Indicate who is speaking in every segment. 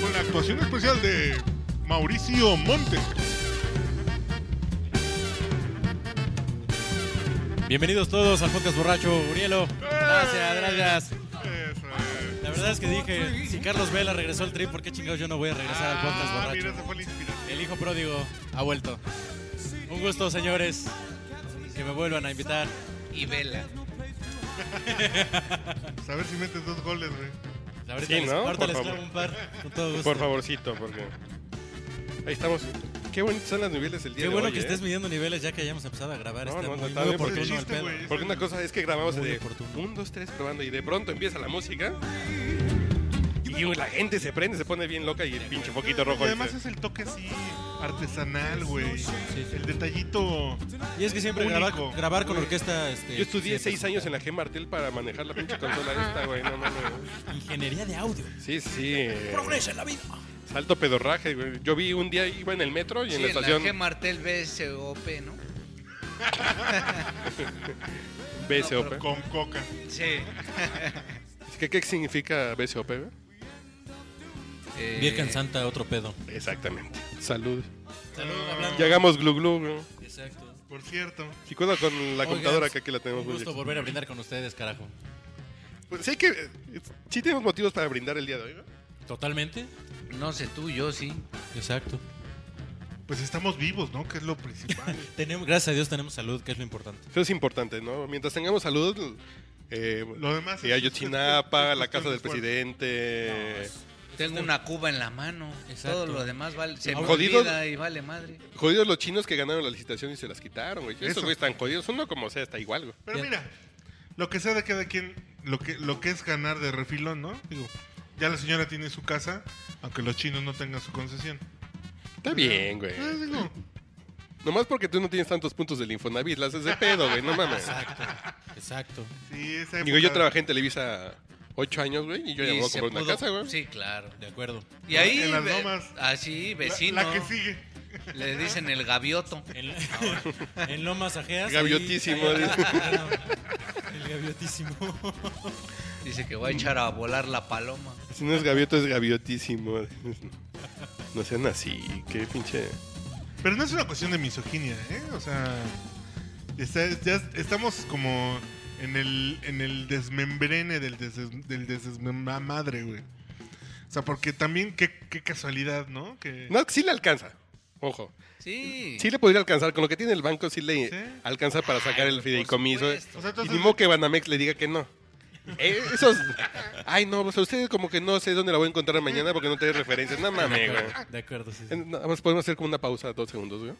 Speaker 1: Con la actuación especial de Mauricio Montes.
Speaker 2: Bienvenidos todos al podcast borracho, Urielo. Gracias, gracias.
Speaker 1: Eso es.
Speaker 2: La verdad es que dije, si Carlos Vela regresó al trip, ¿por qué chingados yo no voy a regresar al podcast
Speaker 1: Ah, mira,
Speaker 2: borracho?
Speaker 1: esa fue la inspiración.
Speaker 2: El hijo pródigo ha vuelto. Un gusto, señores, que me vuelvan a invitar.
Speaker 3: y vela.
Speaker 1: A ver si metes dos goles, güey.
Speaker 2: Ahorita
Speaker 4: Sí,
Speaker 2: les,
Speaker 4: ¿no?
Speaker 2: ahorita
Speaker 4: Por
Speaker 2: les
Speaker 4: favor.
Speaker 2: clavo un par, con todo gusto.
Speaker 4: Por favorcito, porque. Ahí estamos. Qué bonitos son las niveles el día
Speaker 2: Qué
Speaker 4: de
Speaker 2: bueno
Speaker 4: hoy,
Speaker 2: que
Speaker 4: ¿eh?
Speaker 2: estés midiendo niveles ya que hayamos empezado a grabar.
Speaker 4: No,
Speaker 2: este
Speaker 4: no,
Speaker 2: muy,
Speaker 4: está
Speaker 2: muy
Speaker 4: bien, pues,
Speaker 2: oportuno
Speaker 4: porque
Speaker 1: el chiste,
Speaker 2: el pedo.
Speaker 1: güey.
Speaker 4: Porque una cosa es que grabamos
Speaker 2: Muy
Speaker 4: de
Speaker 2: oportuno.
Speaker 4: 1, 2, 3 probando y de pronto empieza la música. Y la gente se prende, se pone bien loca y el pinche poquito rojo.
Speaker 1: Y además
Speaker 4: dice,
Speaker 1: es el toque así artesanal, güey. El detallito.
Speaker 2: Y es que siempre
Speaker 1: Único.
Speaker 2: grabar, grabar con orquesta... Este,
Speaker 4: Yo estudié
Speaker 2: siempre
Speaker 4: 6 años en la G Martel para manejar la pinche consola esta, güey. No mames.
Speaker 2: es Ingeniería de audio.
Speaker 4: Sí, sí. eh,
Speaker 2: Progresa en la vida.
Speaker 4: Salto pedorraje, güey. Yo vi un día, iba en el metro y en
Speaker 3: Sí,
Speaker 4: la
Speaker 3: en la
Speaker 4: estación
Speaker 3: G Martel BSOP, ¿no?
Speaker 4: BSOP.
Speaker 1: Con coca.
Speaker 3: Sí.
Speaker 4: ¿Qué, ¿Qué significa BSOP? güey?
Speaker 3: Eh,
Speaker 2: Vieja en Santa, otro pedo.
Speaker 4: Exactamente. Salud.
Speaker 2: Saludos, hablando.
Speaker 4: Y hagamos glu glu, güey.
Speaker 2: Exacto.
Speaker 1: Por cierto.
Speaker 4: Si cuenta con la
Speaker 2: Oigan,
Speaker 4: computadora que aquí la tenemos,
Speaker 2: Un
Speaker 4: güey.
Speaker 2: gusto volver a brindar con ustedes, carajo.
Speaker 4: Pues sí que eh, sí tenemos motivos para brindar el día de hoy, ¿no?
Speaker 2: Totalmente.
Speaker 3: No sé tú, yo sí.
Speaker 2: Exacto.
Speaker 1: Pues estamos vivos, ¿no? Que es lo principal.
Speaker 2: Tenemos, gracias a Dios tenemos salud, que es lo importante.
Speaker 4: Eso es importante, ¿no? Mientras tengamos salud, eh,
Speaker 1: Lo demás.
Speaker 4: eh,
Speaker 1: es-
Speaker 4: Ayotzinapa,
Speaker 1: es-
Speaker 4: la
Speaker 1: es cuestión
Speaker 4: casa
Speaker 1: de
Speaker 4: del
Speaker 1: esfuerzo.
Speaker 4: presidente.
Speaker 3: Tengo una cuba en la mano.
Speaker 2: Exacto.
Speaker 3: Todo lo demás vale, se me
Speaker 4: Jodido.
Speaker 3: olvida y vale madre.
Speaker 4: Jodidos los chinos que ganaron la licitación y se las quitaron, güey.
Speaker 1: Eso.
Speaker 4: Esos güeyes están jodidos. Uno como sea, está igual, güey.
Speaker 1: Pero mira, lo que sea de cada quien, lo que, lo que es ganar de refilón, ¿no? Digo, ya la señora tiene su casa, aunque los chinos no tengan su concesión.
Speaker 4: Está bien, güey.
Speaker 1: Eh, digo,
Speaker 4: Nomás porque tú no tienes tantos puntos del Infonavit, las haces de pedo, güey. No mames.
Speaker 2: Exacto.
Speaker 1: sí, esa
Speaker 4: Digo,
Speaker 1: época-
Speaker 4: yo trabajé en Televisa ocho años, güey, y yo ya me
Speaker 3: Y
Speaker 4: voy a
Speaker 3: se
Speaker 4: comprar una
Speaker 3: pudo-
Speaker 4: casa, güey.
Speaker 3: Sí, claro.
Speaker 2: De acuerdo.
Speaker 3: Y ahí,
Speaker 1: En las
Speaker 3: ve-
Speaker 1: lomas.
Speaker 3: así,
Speaker 1: La-
Speaker 3: vecino,
Speaker 1: La, que sigue.
Speaker 3: le dicen el gavioto.
Speaker 2: En, en Lomas Ajeas. ahí-
Speaker 4: Gaviotísimo,
Speaker 2: ahí-
Speaker 4: dice.
Speaker 2: claro. El gaviotísimo.
Speaker 3: Dice que va a echar a volar la paloma.
Speaker 4: Si no es gavioto, es gaviotísimo. No sean así, qué pinche.
Speaker 1: Pero no es una cuestión de misoginia, ¿eh? O sea, está- ya estamos como en el, en el desmembrene del, deses, del desmembra madre, güey. O sea, porque también qué, qué casualidad, ¿no? Que
Speaker 4: No, sí le alcanza. Ojo.
Speaker 3: Sí.
Speaker 4: Sí le podría alcanzar. Con lo que tiene el banco, sí le
Speaker 1: Sí.
Speaker 4: alcanza para sacar el fideicomiso.
Speaker 3: supuesto.
Speaker 1: O sea,
Speaker 4: Y
Speaker 1: entonces-
Speaker 4: ni modo que Banamex le diga que no. Eh, Esos. Ay, no, o sea, ustedes como que no sé dónde la voy a encontrar mañana porque no te doy referencias. No mames, güey.
Speaker 2: De acuerdo, sí. sí.
Speaker 4: Eh, Nada más podemos hacer como una pausa, dos segundos, güey.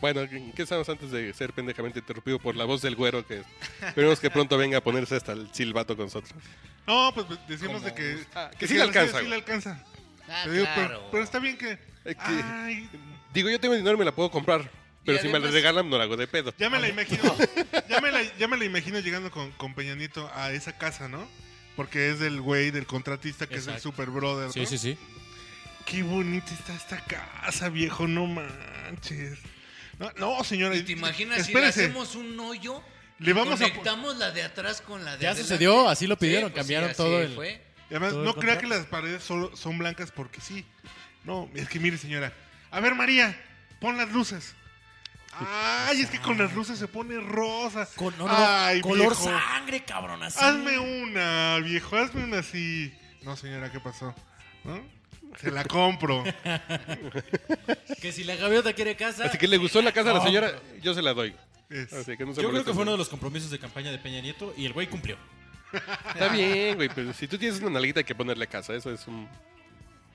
Speaker 4: Bueno, ¿qué sabemos antes de ser pendejamente interrumpido por la voz del güero que esperemos que pronto venga a ponerse hasta el silbato con nosotros?
Speaker 1: No, pues decimos
Speaker 3: Como-
Speaker 1: de que,
Speaker 4: Ah, que
Speaker 1: de
Speaker 4: sí le alcanza,
Speaker 1: Sí, le
Speaker 4: güey.
Speaker 1: alcanza.
Speaker 3: Ah,
Speaker 1: Te digo, pero-
Speaker 3: claro.
Speaker 1: pero, está bien que...
Speaker 4: que-
Speaker 1: Ay,
Speaker 4: Digo, yo tengo dinero y me la puedo comprar, pero si me la
Speaker 3: además-
Speaker 4: regalan no la hago de pedo.
Speaker 1: Ya me la imagino. ya, me la, ya me la imagino llegando con, con Peñanito a esa casa, ¿no? Porque es del güey, del contratista que es el
Speaker 2: Exacto.
Speaker 1: super brother. ¿no?
Speaker 2: Sí, sí, sí.
Speaker 1: Qué bonita está esta casa, viejo, no manches. No, no señora.
Speaker 3: ¿Y ¿Te imaginas
Speaker 1: espérese,
Speaker 3: si le hacemos un hoyo?
Speaker 1: Le vamos a. po-
Speaker 3: conectamos la de atrás con la de
Speaker 2: Ya
Speaker 3: adelante?
Speaker 2: sucedió, así lo pidieron,
Speaker 3: pues
Speaker 2: cambiaron todo
Speaker 3: así
Speaker 2: el-
Speaker 3: fue.
Speaker 1: y Además,
Speaker 2: todo
Speaker 1: no
Speaker 2: el
Speaker 1: crea
Speaker 2: contrato.
Speaker 1: que las paredes solo son blancas porque sí. No, es que mire, señora. A ver, María, pon las luces. Ay, es que con las luces se pone rosa.
Speaker 2: Con, no, no,
Speaker 1: Ay,
Speaker 2: color
Speaker 1: viejo.
Speaker 2: sangre, cabrón. Así.
Speaker 1: Hazme una, viejo, hazme una así. No, señora, ¿qué pasó? ¿No? Se la compro.
Speaker 2: Que si la gaviota quiere casa.
Speaker 4: Así que le gustó la casa a la señora, yo se la doy.
Speaker 1: Es-
Speaker 4: Así que no se
Speaker 2: Yo creo
Speaker 4: molesten.
Speaker 2: que fue uno de los compromisos de campaña de Peña Nieto y el güey cumplió.
Speaker 4: Está
Speaker 2: Ah.
Speaker 4: bien, güey, pero si tú tienes una nalguita hay que ponerle casa, eso es un...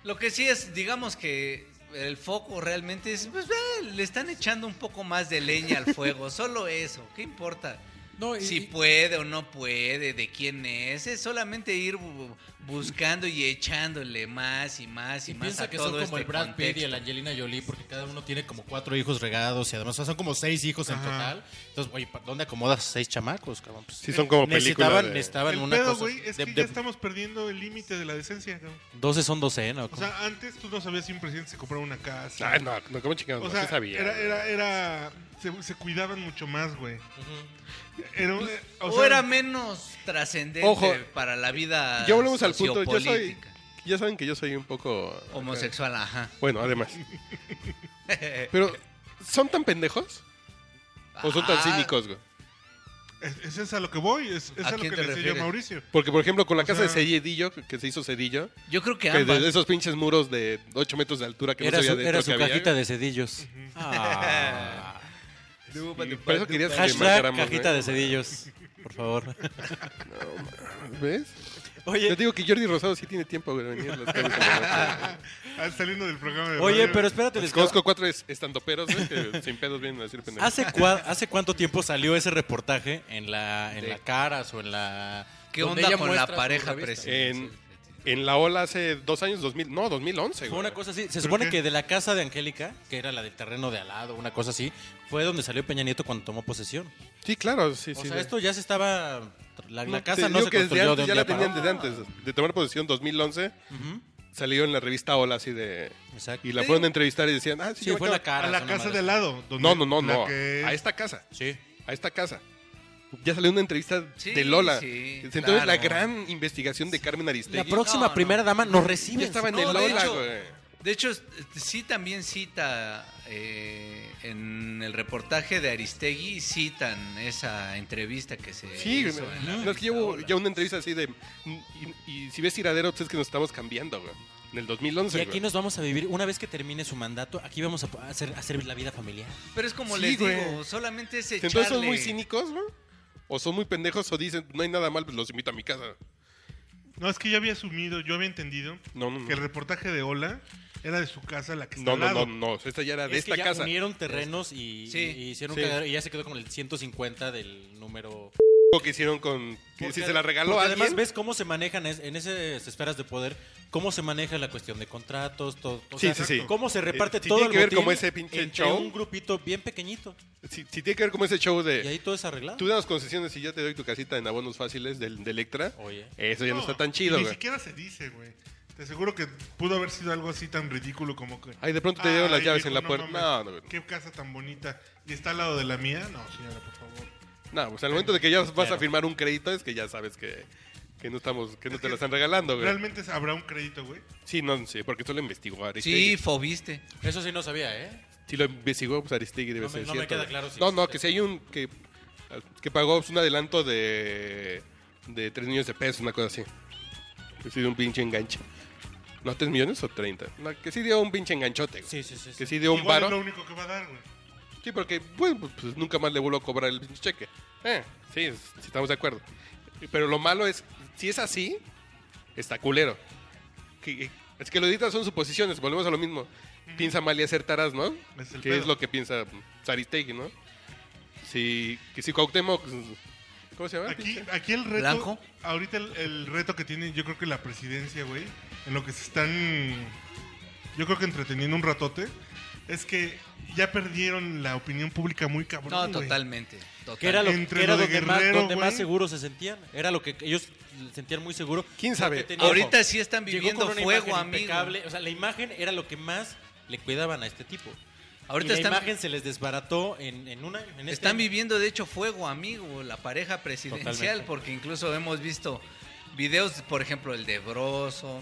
Speaker 3: Lo que sí es, digamos que el foco realmente es, pues, eh, le están echando un poco más de leña al fuego, solo eso, ¿qué importa?
Speaker 2: No, y-
Speaker 3: si
Speaker 2: y-
Speaker 3: puede o no puede, de quién es. Es solamente ir bu- buscando y echándole más y más y,
Speaker 5: Y
Speaker 3: más
Speaker 5: piensa
Speaker 3: a
Speaker 5: que
Speaker 3: todo
Speaker 5: son como
Speaker 3: este
Speaker 5: el Brad Pitt y
Speaker 3: contexto.
Speaker 5: el Angelina Jolie, porque cada uno tiene como cuatro hijos regados y además o sea, son como seis hijos en
Speaker 1: Ajá.
Speaker 5: total. Entonces, oye, ¿pa- ¿dónde acomodas seis chamacos, cabrón? Pues,
Speaker 4: Sí, son como
Speaker 5: necesitaban,
Speaker 4: películas de-
Speaker 5: necesitaban
Speaker 1: el
Speaker 5: una
Speaker 1: pedo,
Speaker 5: cosa.
Speaker 1: güey, es
Speaker 5: de-
Speaker 1: que
Speaker 5: de-
Speaker 1: ya estamos perdiendo el límite de la decencia, cabrón.
Speaker 2: 12 son 12, ¿no?
Speaker 1: O sea, antes tú no sabías si un presidente se compraba una casa.
Speaker 4: Ah, no, no, como chingados,
Speaker 1: O
Speaker 4: no,
Speaker 1: sea,
Speaker 4: sí sabía.
Speaker 1: era, era, era, se, se cuidaban mucho más, güey. Era, eh,
Speaker 3: O,
Speaker 1: sea,
Speaker 3: era menos trascendente
Speaker 4: Ojo,
Speaker 3: para la vida
Speaker 4: Ya volvemos al punto. Yo soy,
Speaker 3: sociopolítica.
Speaker 4: ya saben que yo soy un poco...
Speaker 3: Homosexual, ajá.
Speaker 4: Bueno, además. Pero, ¿son tan pendejos? ¿O son tan
Speaker 3: Ah,
Speaker 4: cínicos, güey?
Speaker 1: es, es- es a lo que voy, es, es
Speaker 3: ¿A
Speaker 1: a, lo que
Speaker 3: quién te
Speaker 1: le decía yo
Speaker 3: refieres?
Speaker 1: a Mauricio.
Speaker 4: Porque, por ejemplo, con la
Speaker 1: O
Speaker 4: casa
Speaker 1: sea-
Speaker 4: de Cedillo, que se hizo Cedillo,
Speaker 3: Yo creo que
Speaker 4: que
Speaker 3: ambas.
Speaker 4: de esos pinches muros de 8 metros de altura que
Speaker 2: Era
Speaker 4: no
Speaker 2: su,
Speaker 4: sabía dentro
Speaker 2: era su
Speaker 4: que había.
Speaker 2: cajita de cedillos. Ah.
Speaker 4: Y por eso querías que
Speaker 2: Hashtag
Speaker 4: marcáramos,
Speaker 2: cajita
Speaker 4: ¿eh?
Speaker 2: de cedillos, por favor.
Speaker 4: ¿Ves? Yo
Speaker 2: Oye,
Speaker 4: digo que Jordi Rosado sí tiene tiempo de venir. a Las cosas.
Speaker 1: Ah, saliendo del programa de
Speaker 2: oye,
Speaker 1: radio.
Speaker 2: pero espérate, les
Speaker 4: Conozco cuatro es- estandoperos güey, que sin pedos vienen a decir pendejadas.
Speaker 2: ¿Hace, cua- ¿Hace cuánto tiempo salió ese reportaje en la, en
Speaker 3: De-
Speaker 2: la Caras o en la...
Speaker 3: ¿Qué
Speaker 5: donde
Speaker 3: onda
Speaker 5: ella
Speaker 3: con la
Speaker 5: muestra su
Speaker 3: pareja
Speaker 5: revista?
Speaker 3: presidente?
Speaker 4: En, en la ola hace dos años, 2000, no, 2011.
Speaker 2: Fue
Speaker 4: güey.
Speaker 2: una cosa así. Se supone
Speaker 1: qué?
Speaker 2: que de la casa de Angélica, que era la del terreno de al lado, una cosa así, fue donde salió Peña Nieto cuando tomó posesión.
Speaker 4: Sí, claro, sí,
Speaker 2: O
Speaker 4: sí.
Speaker 2: sea,
Speaker 4: de-
Speaker 2: esto ya se estaba... La, la
Speaker 4: te
Speaker 2: casa no
Speaker 4: digo
Speaker 2: se
Speaker 4: que desde
Speaker 2: construyó
Speaker 4: antes,
Speaker 2: de un
Speaker 4: ya
Speaker 2: día
Speaker 4: la
Speaker 2: para
Speaker 4: tenían
Speaker 2: otro.
Speaker 4: desde antes. De tomar posesión 2011, salió en la revista Ola así de...
Speaker 2: Exacto.
Speaker 4: Y la fueron a entrevistar y decían, ah, sí,
Speaker 2: Sí,
Speaker 4: yo me
Speaker 2: fue en la
Speaker 4: acabo-
Speaker 2: cara.
Speaker 1: a la casa de al lado. donde-
Speaker 4: No, no, no,
Speaker 1: la
Speaker 4: no.
Speaker 1: que-
Speaker 4: A esta casa,
Speaker 2: Sí.
Speaker 4: a esta casa. Ya salió una entrevista
Speaker 3: Sí,
Speaker 4: de Lola.
Speaker 3: sí,
Speaker 4: Entonces
Speaker 3: claro.
Speaker 4: la gran investigación de Carmen
Speaker 2: La
Speaker 4: Aristegui.
Speaker 2: próxima
Speaker 3: no.
Speaker 2: primera dama nos recibe.
Speaker 4: ya estaba en
Speaker 3: No,
Speaker 4: el
Speaker 3: de
Speaker 4: Lola,
Speaker 3: hecho-
Speaker 4: güey.
Speaker 3: De hecho, es- sí también cita eh, en el reportaje de Aristegui, citan esa entrevista que se
Speaker 4: Sí,
Speaker 3: hizo.
Speaker 4: güey.
Speaker 3: en
Speaker 4: no,
Speaker 3: la
Speaker 4: es que
Speaker 3: revista
Speaker 4: llevo
Speaker 3: Hola.
Speaker 4: ya una entrevista así de. Y, y si ves tiradero, pues es que nos estamos cambiando, güey. En el 2011.
Speaker 2: Y aquí
Speaker 4: güey.
Speaker 2: nos vamos a vivir, una vez que termine su mandato, aquí vamos a a hacer, a hacer la vida familiar.
Speaker 3: Pero es como
Speaker 4: Sí,
Speaker 3: les
Speaker 4: güey.
Speaker 3: digo, solamente es echarle...
Speaker 4: Entonces son muy cínicos, güey. O son muy pendejos o dicen, no hay nada mal, pues los invito a mi casa.
Speaker 1: No, es que yo había asumido, yo había entendido
Speaker 4: No, no, no.
Speaker 1: que el reportaje de Ola era de su casa, la que está
Speaker 4: No,
Speaker 1: al
Speaker 4: no,
Speaker 1: lado.
Speaker 4: no, no. Esta ya era de
Speaker 2: Es que
Speaker 4: esta
Speaker 2: ya
Speaker 4: casa.
Speaker 2: unieron terrenos y,
Speaker 3: Sí.
Speaker 2: y hicieron
Speaker 4: Sí.
Speaker 2: cagadero, y ya se quedó con el 150 del número.
Speaker 4: Lo que hicieron con. Que si se la regaló
Speaker 2: Porque
Speaker 4: a
Speaker 2: Además,
Speaker 4: alguien.
Speaker 2: ves cómo se manejan es- en esas esferas de poder, cómo se maneja la cuestión de contratos, todo. o
Speaker 4: Sí, sí, sí.
Speaker 2: Cómo se reparte
Speaker 4: Eh, sí
Speaker 2: todo
Speaker 4: tiene
Speaker 2: el
Speaker 4: que ver
Speaker 2: botín
Speaker 4: como ese pinche
Speaker 2: entre
Speaker 4: show.
Speaker 2: un grupito bien pequeñito.
Speaker 4: Si, si tiene que ver como ese show
Speaker 2: Y
Speaker 4: de.
Speaker 2: ahí todo es arreglado.
Speaker 4: Tú das concesiones y yo te doy tu casita en abonos fáciles del, de Electra.
Speaker 2: Oye.
Speaker 4: Eso ya no, está tan
Speaker 1: y
Speaker 4: chido,
Speaker 1: Ni
Speaker 4: güey.
Speaker 1: siquiera se dice, güey. Te aseguro que pudo haber sido algo así tan ridículo como que.
Speaker 4: Ay, de pronto te dieron las
Speaker 1: Ay,
Speaker 4: llaves
Speaker 1: viejo,
Speaker 4: en la puerta.
Speaker 1: mames,
Speaker 4: No, no, no.
Speaker 1: Qué casa tan bonita. ¿Y está al lado de la mía? No, señora, por favor.
Speaker 4: No, pues al momento de que ya vas a
Speaker 2: Claro.
Speaker 4: firmar un crédito es que ya sabes que, que no estamos, que no te la están regalando, güey.
Speaker 1: ¿Realmente habrá un crédito, güey?
Speaker 4: Sí, no, sí, porque esto lo investigó Aristegui.
Speaker 3: Sí,
Speaker 4: Sí,
Speaker 3: fobiste.
Speaker 2: Eso sí no sabía, ¿eh?
Speaker 4: lo investigó, pues Aristegui debe
Speaker 2: No me-
Speaker 4: ser
Speaker 2: no me
Speaker 4: cierto,
Speaker 2: queda
Speaker 4: güey.
Speaker 2: claro si
Speaker 4: No, no,
Speaker 2: existe.
Speaker 4: que si hay un que, que pagó pues, un adelanto de de 3 millones de pesos, una cosa así. Que sí dio un pinche enganche. No, 3 millones o 30. No, que sí dio un pinche enganchote, güey.
Speaker 2: Sí, sí, sí. sí.
Speaker 4: Que sí dio un
Speaker 1: Igual
Speaker 4: varo.
Speaker 1: es lo único que va a dar, güey.
Speaker 4: Sí, porque bueno, pues, pues, nunca más le vuelvo a cobrar el pinche cheque. Eh, sí, es- sí estamos de acuerdo. Pero lo malo es, si es así, está culero. Que- eh, es que lo editas son suposiciones, volvemos a lo mismo. Piensa mal y acertarás, ¿no?
Speaker 1: Es el
Speaker 4: que
Speaker 1: pedo.
Speaker 4: es lo que piensa Saristegui, ¿no? Si, que si Cuauhtémoc... ¿Cómo se llama?
Speaker 1: Aquí,
Speaker 4: Pinche-
Speaker 1: aquí el reto.
Speaker 3: ¿Blanco?
Speaker 1: Ahorita el, el reto que tiene, yo creo que la presidencia, güey, en lo que se están. Yo creo que entreteniendo un ratote, es que ya perdieron la opinión pública muy cabrón.
Speaker 3: No,
Speaker 1: güey.
Speaker 3: totalmente.
Speaker 2: Que era,
Speaker 3: totalmente.
Speaker 2: lo,
Speaker 1: Entre
Speaker 2: que era
Speaker 1: lo de
Speaker 2: donde, más,
Speaker 1: Guerrero,
Speaker 2: donde más
Speaker 1: güey.
Speaker 2: seguros se sentían. Era lo que ellos sentían muy seguro.
Speaker 4: ¿Quién
Speaker 2: Porque
Speaker 4: sabe?
Speaker 2: tenían-
Speaker 3: Ahorita sí están
Speaker 2: Llegó
Speaker 3: viviendo
Speaker 2: con una
Speaker 3: fuego,
Speaker 2: imagen
Speaker 3: amigo.
Speaker 2: impecable. O sea, la imagen era lo que más le cuidaban a este tipo.
Speaker 3: Ahorita
Speaker 2: Y la
Speaker 3: están-
Speaker 2: imagen se les desbarató en, en un año. en este
Speaker 3: Están
Speaker 2: año.
Speaker 3: viviendo, de hecho, fuego, amigo, la pareja presidencial,
Speaker 2: Totalmente.
Speaker 3: porque incluso hemos visto videos, por ejemplo, el de Broso,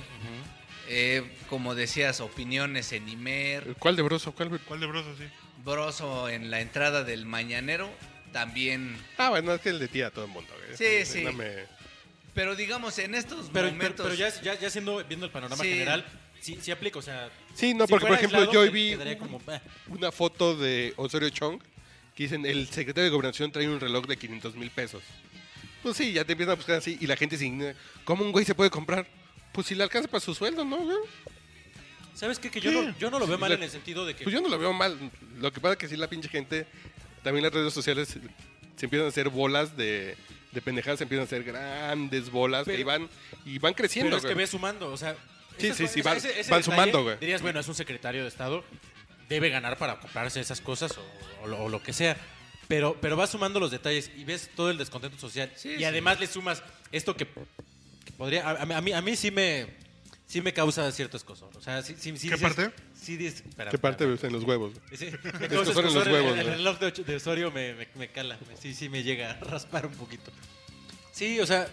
Speaker 3: eh, como decías, opiniones en Imer,
Speaker 4: ¿Cuál de Broso? ¿Cuál de-
Speaker 1: ¿Cuál de broso, sí?
Speaker 3: Broso en la entrada del Mañanero, también.
Speaker 4: Ah, bueno, es que el de tía a todo el mundo. güey.
Speaker 3: Sí, sí.
Speaker 4: No me-
Speaker 3: Pero digamos, en estos
Speaker 2: Pero, pero,
Speaker 3: momentos...
Speaker 2: pero ya, ya, ya siendo, viendo el panorama
Speaker 3: Sí.
Speaker 2: general, sí, sí aplica. O sea,
Speaker 4: Sí, no,
Speaker 2: si
Speaker 4: porque por
Speaker 2: fuera
Speaker 4: ejemplo
Speaker 2: aislado,
Speaker 4: yo vi...
Speaker 2: quedaría como, "Bah".
Speaker 4: una foto de Osorio Chong que dicen el secretario de gobernación trae un reloj de 500 mil pesos. Pues sí, ya te empiezan a buscar así y la gente se indigna. ¿Cómo un güey se puede comprar? Pues si le alcanza para su sueldo, ¿no? güey?
Speaker 2: ¿Sabes qué? Que yo, no, yo no lo veo mal
Speaker 4: O sea,
Speaker 2: en el sentido de que.
Speaker 4: Pues yo no lo veo mal. Lo que pasa es que sí la pinche gente, también las redes sociales se empiezan a hacer bolas de, de pendejadas, se empiezan a hacer grandes bolas
Speaker 2: Pero-
Speaker 4: que van, y van creciendo.
Speaker 2: Pero es que
Speaker 4: güey.
Speaker 2: ve sumando, o sea.
Speaker 4: Sí,
Speaker 2: esas
Speaker 4: sí,
Speaker 2: cosas-
Speaker 4: sí,
Speaker 2: o sea,
Speaker 4: van- van
Speaker 2: detalle,
Speaker 4: sumando, güey.
Speaker 2: Dirías, bueno, es un secretario de Estado, debe ganar para comprarse esas cosas o, o lo, o lo que sea. Pero, pero vas sumando los detalles y ves todo el descontento social.
Speaker 3: Sí,
Speaker 2: y
Speaker 3: sí.
Speaker 2: además le sumas esto que, que podría. A, a mí, a, mí, a mí sí me. Sí me causa cierto escosor. O sea, sí, sí, sí,
Speaker 1: ¿Qué
Speaker 2: dices-
Speaker 1: parte?
Speaker 2: Sí, dices- espera,
Speaker 4: ¿Qué parte
Speaker 2: espera.
Speaker 4: ves en los huevos? güey?
Speaker 2: Sí, me causa
Speaker 4: Escosor en los
Speaker 2: escosor, el-
Speaker 4: huevos,
Speaker 2: El, el
Speaker 4: güey.
Speaker 2: reloj de, ocho- de Osorio me, me- me cala. me- Sí, sí, me llega a raspar un poquito. Sí, o sea,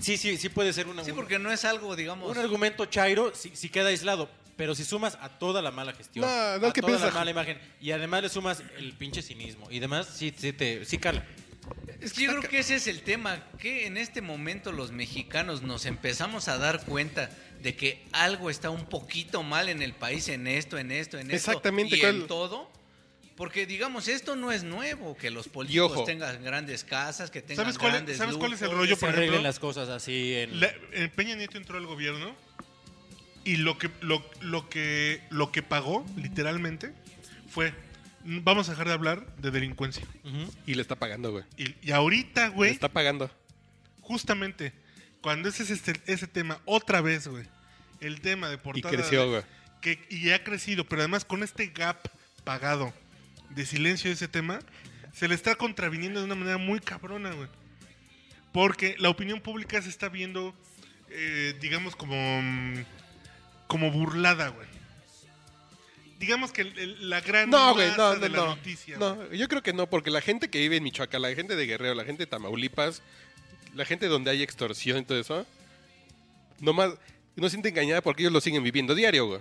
Speaker 2: sí, sí, sí puede ser una.
Speaker 3: Sí,
Speaker 2: un-
Speaker 3: porque no es algo, digamos.
Speaker 2: un argumento chairo si, si queda aislado, pero si sumas a toda la mala gestión,
Speaker 4: No, no,
Speaker 2: a
Speaker 4: que
Speaker 2: toda la
Speaker 4: piensas-
Speaker 2: mala imagen, y además le sumas el pinche cinismo y demás, sí, sí, te, sí cala.
Speaker 3: Es que yo creo que ese es el tema, que en este momento los mexicanos nos empezamos a dar cuenta de que algo está un poquito mal en el país, en esto, en esto, en esto
Speaker 4: Exactamente,
Speaker 3: y
Speaker 4: ¿cuál?
Speaker 3: en todo. Porque digamos, esto no es nuevo, que los
Speaker 4: ojo.
Speaker 3: políticos tengan grandes casas, que tengan
Speaker 1: ¿Sabes cuál es-
Speaker 3: grandes
Speaker 1: sabes cuál es el
Speaker 3: lujos.
Speaker 1: rollo?
Speaker 2: Que
Speaker 1: Yo,
Speaker 2: se
Speaker 1: por
Speaker 2: arreglen
Speaker 1: ejemplo,
Speaker 2: las cosas así en...
Speaker 1: La- eh, Peña Nieto entró al gobierno y lo que, lo, lo que, lo que pagó, literalmente, fue "Mm, vamos a dejar de hablar de delincuencia.
Speaker 2: Ujú.
Speaker 4: Y le está pagando, güey.
Speaker 1: Y, y ahorita,
Speaker 4: Le
Speaker 1: güey,
Speaker 4: está pagando.
Speaker 1: justamente, cuando ese, ese, ese tema, otra vez, güey, el tema de
Speaker 4: Y
Speaker 1: portada.
Speaker 4: creció, güey.
Speaker 1: que, y ha crecido, pero además con este gap pagado de silencio de ese tema, se le está contraviniendo de una manera muy cabrona, güey. Porque la opinión pública se está viendo, eh, digamos, como, mm, como burlada, güey. Digamos que el- el- la gran
Speaker 4: No, güey,
Speaker 1: masa
Speaker 4: no, no,
Speaker 1: de la
Speaker 4: no.
Speaker 1: noticia, güey.
Speaker 4: No, yo creo que no, porque la gente que vive en Michoacán, la gente de Guerrero, la gente de Tamaulipas, la gente donde hay extorsión y todo eso, nomás no se siente engañada porque ellos lo siguen viviendo diario, güey.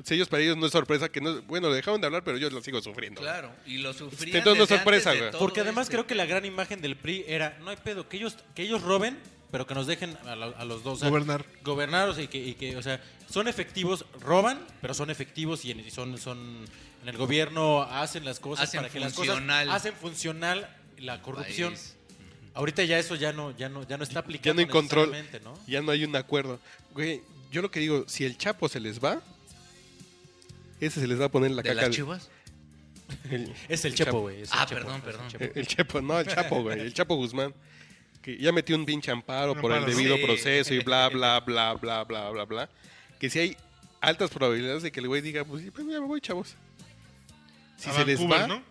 Speaker 4: O sea, ellos para ellos no es sorpresa que no, bueno, dejaron de hablar, pero yo lo sigo sufriendo. güey.
Speaker 3: Claro, y lo sufrían
Speaker 4: Entonces, no
Speaker 3: desde
Speaker 4: sorpresa,
Speaker 3: antes de
Speaker 4: güey.
Speaker 3: todo
Speaker 2: Porque además
Speaker 3: este.
Speaker 2: creo que la gran imagen del PRI era, no hay pedo, que ellos, que ellos roben, pero que nos dejen a, la- a los dos. o sea,
Speaker 1: Gobernar.
Speaker 2: Gobernar, o sea, y que, y que, o sea, son efectivos, roban, pero son efectivos y, en- y son, son en el gobierno hacen las cosas
Speaker 3: Hacen
Speaker 2: para que las
Speaker 3: funcional.
Speaker 2: cosas hacen funcional la corrupción.
Speaker 3: País.
Speaker 2: Ahorita ya eso ya no, ya no, ya no está
Speaker 4: Ya
Speaker 2: aplicando.
Speaker 4: no hay control,
Speaker 2: necesariamente, ¿no?
Speaker 4: ya no hay un acuerdo. Güey, yo lo que digo, si el Chapo se les va, ese se les va a poner en la
Speaker 3: ¿De
Speaker 4: caca.
Speaker 3: las
Speaker 4: de-
Speaker 3: chivas?
Speaker 4: el-
Speaker 2: Es el
Speaker 4: el
Speaker 2: Chepo,
Speaker 4: Chapo.
Speaker 2: güey. es el
Speaker 3: Ah,
Speaker 2: Chepo,
Speaker 3: perdón,
Speaker 2: es el
Speaker 3: perdón.
Speaker 2: Chepo.
Speaker 4: El Chapo, no, el Chapo, güey. El Chapo Guzmán. Que ya metió un pinche amparo
Speaker 1: Un
Speaker 4: por el
Speaker 1: amparo,
Speaker 4: debido
Speaker 3: sí.
Speaker 4: proceso y bla, bla, bla, bla, bla, bla, bla. Que si hay altas probabilidades de que el güey diga, pues, sí, pues ya me voy, chavos. Si
Speaker 1: A
Speaker 4: se les
Speaker 1: Vancouver,
Speaker 4: va,
Speaker 1: ¿no?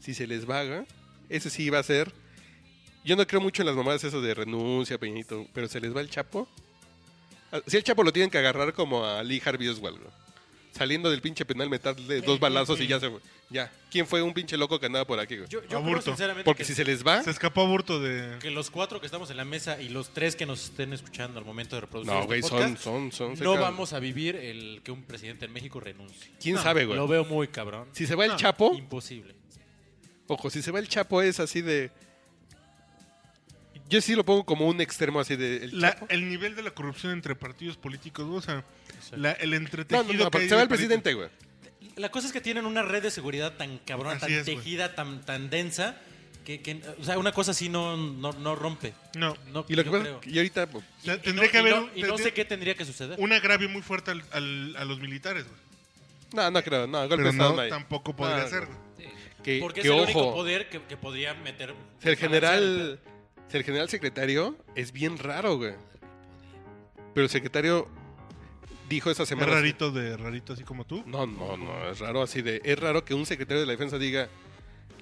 Speaker 4: si se les va, güey, ese sí va a ser. Yo no creo mucho en las mamadas eso de renuncia, Peñito, pero se les va el Chapo. Ah, Si el Chapo lo tienen que agarrar como a Lee Harvey Oswald, güey. Saliendo del pinche penal, meterle dos balazos y ya se fue. Ya. ¿Quién fue un pinche loco que andaba por aquí, güey?
Speaker 2: Yo, yo creo
Speaker 1: Aburto.
Speaker 2: sinceramente
Speaker 4: Porque
Speaker 2: que-
Speaker 4: si se les va.
Speaker 1: Se escapó a burto de...
Speaker 2: que los cuatro que estamos en la mesa y los tres que nos estén escuchando al momento de reproducir
Speaker 4: No,
Speaker 2: este
Speaker 4: güey, son,
Speaker 2: podcast,
Speaker 4: son, son.
Speaker 2: no
Speaker 4: cerca-
Speaker 2: vamos a vivir el que un presidente en México renuncie.
Speaker 4: ¿Quién
Speaker 2: No,
Speaker 4: sabe, güey?
Speaker 2: Lo veo muy cabrón.
Speaker 4: Si se va el
Speaker 1: No.
Speaker 4: Chapo,
Speaker 2: Imposible.
Speaker 4: ojo, si se va el Chapo es así de. Yo sí lo pongo como un extremo así de. El
Speaker 1: la-
Speaker 4: Chapo.
Speaker 1: el nivel de la corrupción entre partidos políticos, güey, o sea,
Speaker 2: Exacto.
Speaker 1: la- el
Speaker 4: No,
Speaker 1: entretejido
Speaker 4: no, no,
Speaker 1: que hay
Speaker 4: porque se va
Speaker 1: de
Speaker 4: el
Speaker 1: políticos.
Speaker 4: presidente, güey.
Speaker 2: La cosa es que tienen una red de seguridad tan cabrona,
Speaker 1: Así
Speaker 2: tan
Speaker 1: es, güey.
Speaker 2: tejida, tan, tan densa, que, que, o sea, una cosa así no, no, no rompe.
Speaker 1: No,
Speaker 2: No,
Speaker 4: Y lo que
Speaker 2: yo
Speaker 4: pasa
Speaker 2: creo.
Speaker 4: es que yo ahorita. pues,
Speaker 1: O sea,
Speaker 2: Y
Speaker 1: tendría
Speaker 2: no-
Speaker 1: que
Speaker 2: y
Speaker 1: haber
Speaker 2: no-
Speaker 1: un-
Speaker 2: y no
Speaker 1: tendría-
Speaker 2: sé qué tendría que suceder.
Speaker 1: un agravio muy fuerte al- al- a los militares, güey.
Speaker 4: No, no creo, no, golpe de
Speaker 1: Pero
Speaker 4: estado
Speaker 1: no,
Speaker 4: no hay.
Speaker 1: tampoco podría
Speaker 4: No,
Speaker 1: ser.
Speaker 4: güey.
Speaker 1: güey.
Speaker 4: Que,
Speaker 2: Porque
Speaker 4: eh, que
Speaker 2: es el único
Speaker 4: ojo.
Speaker 2: poder que, que podría meter.
Speaker 4: si El general. si El general secretario es bien raro, güey. Pero el secretario dijo esa
Speaker 1: Es
Speaker 4: semana.
Speaker 1: rarito de rarito, así como tú.
Speaker 4: No, no, no, es raro así de... Es raro que un secretario de la defensa diga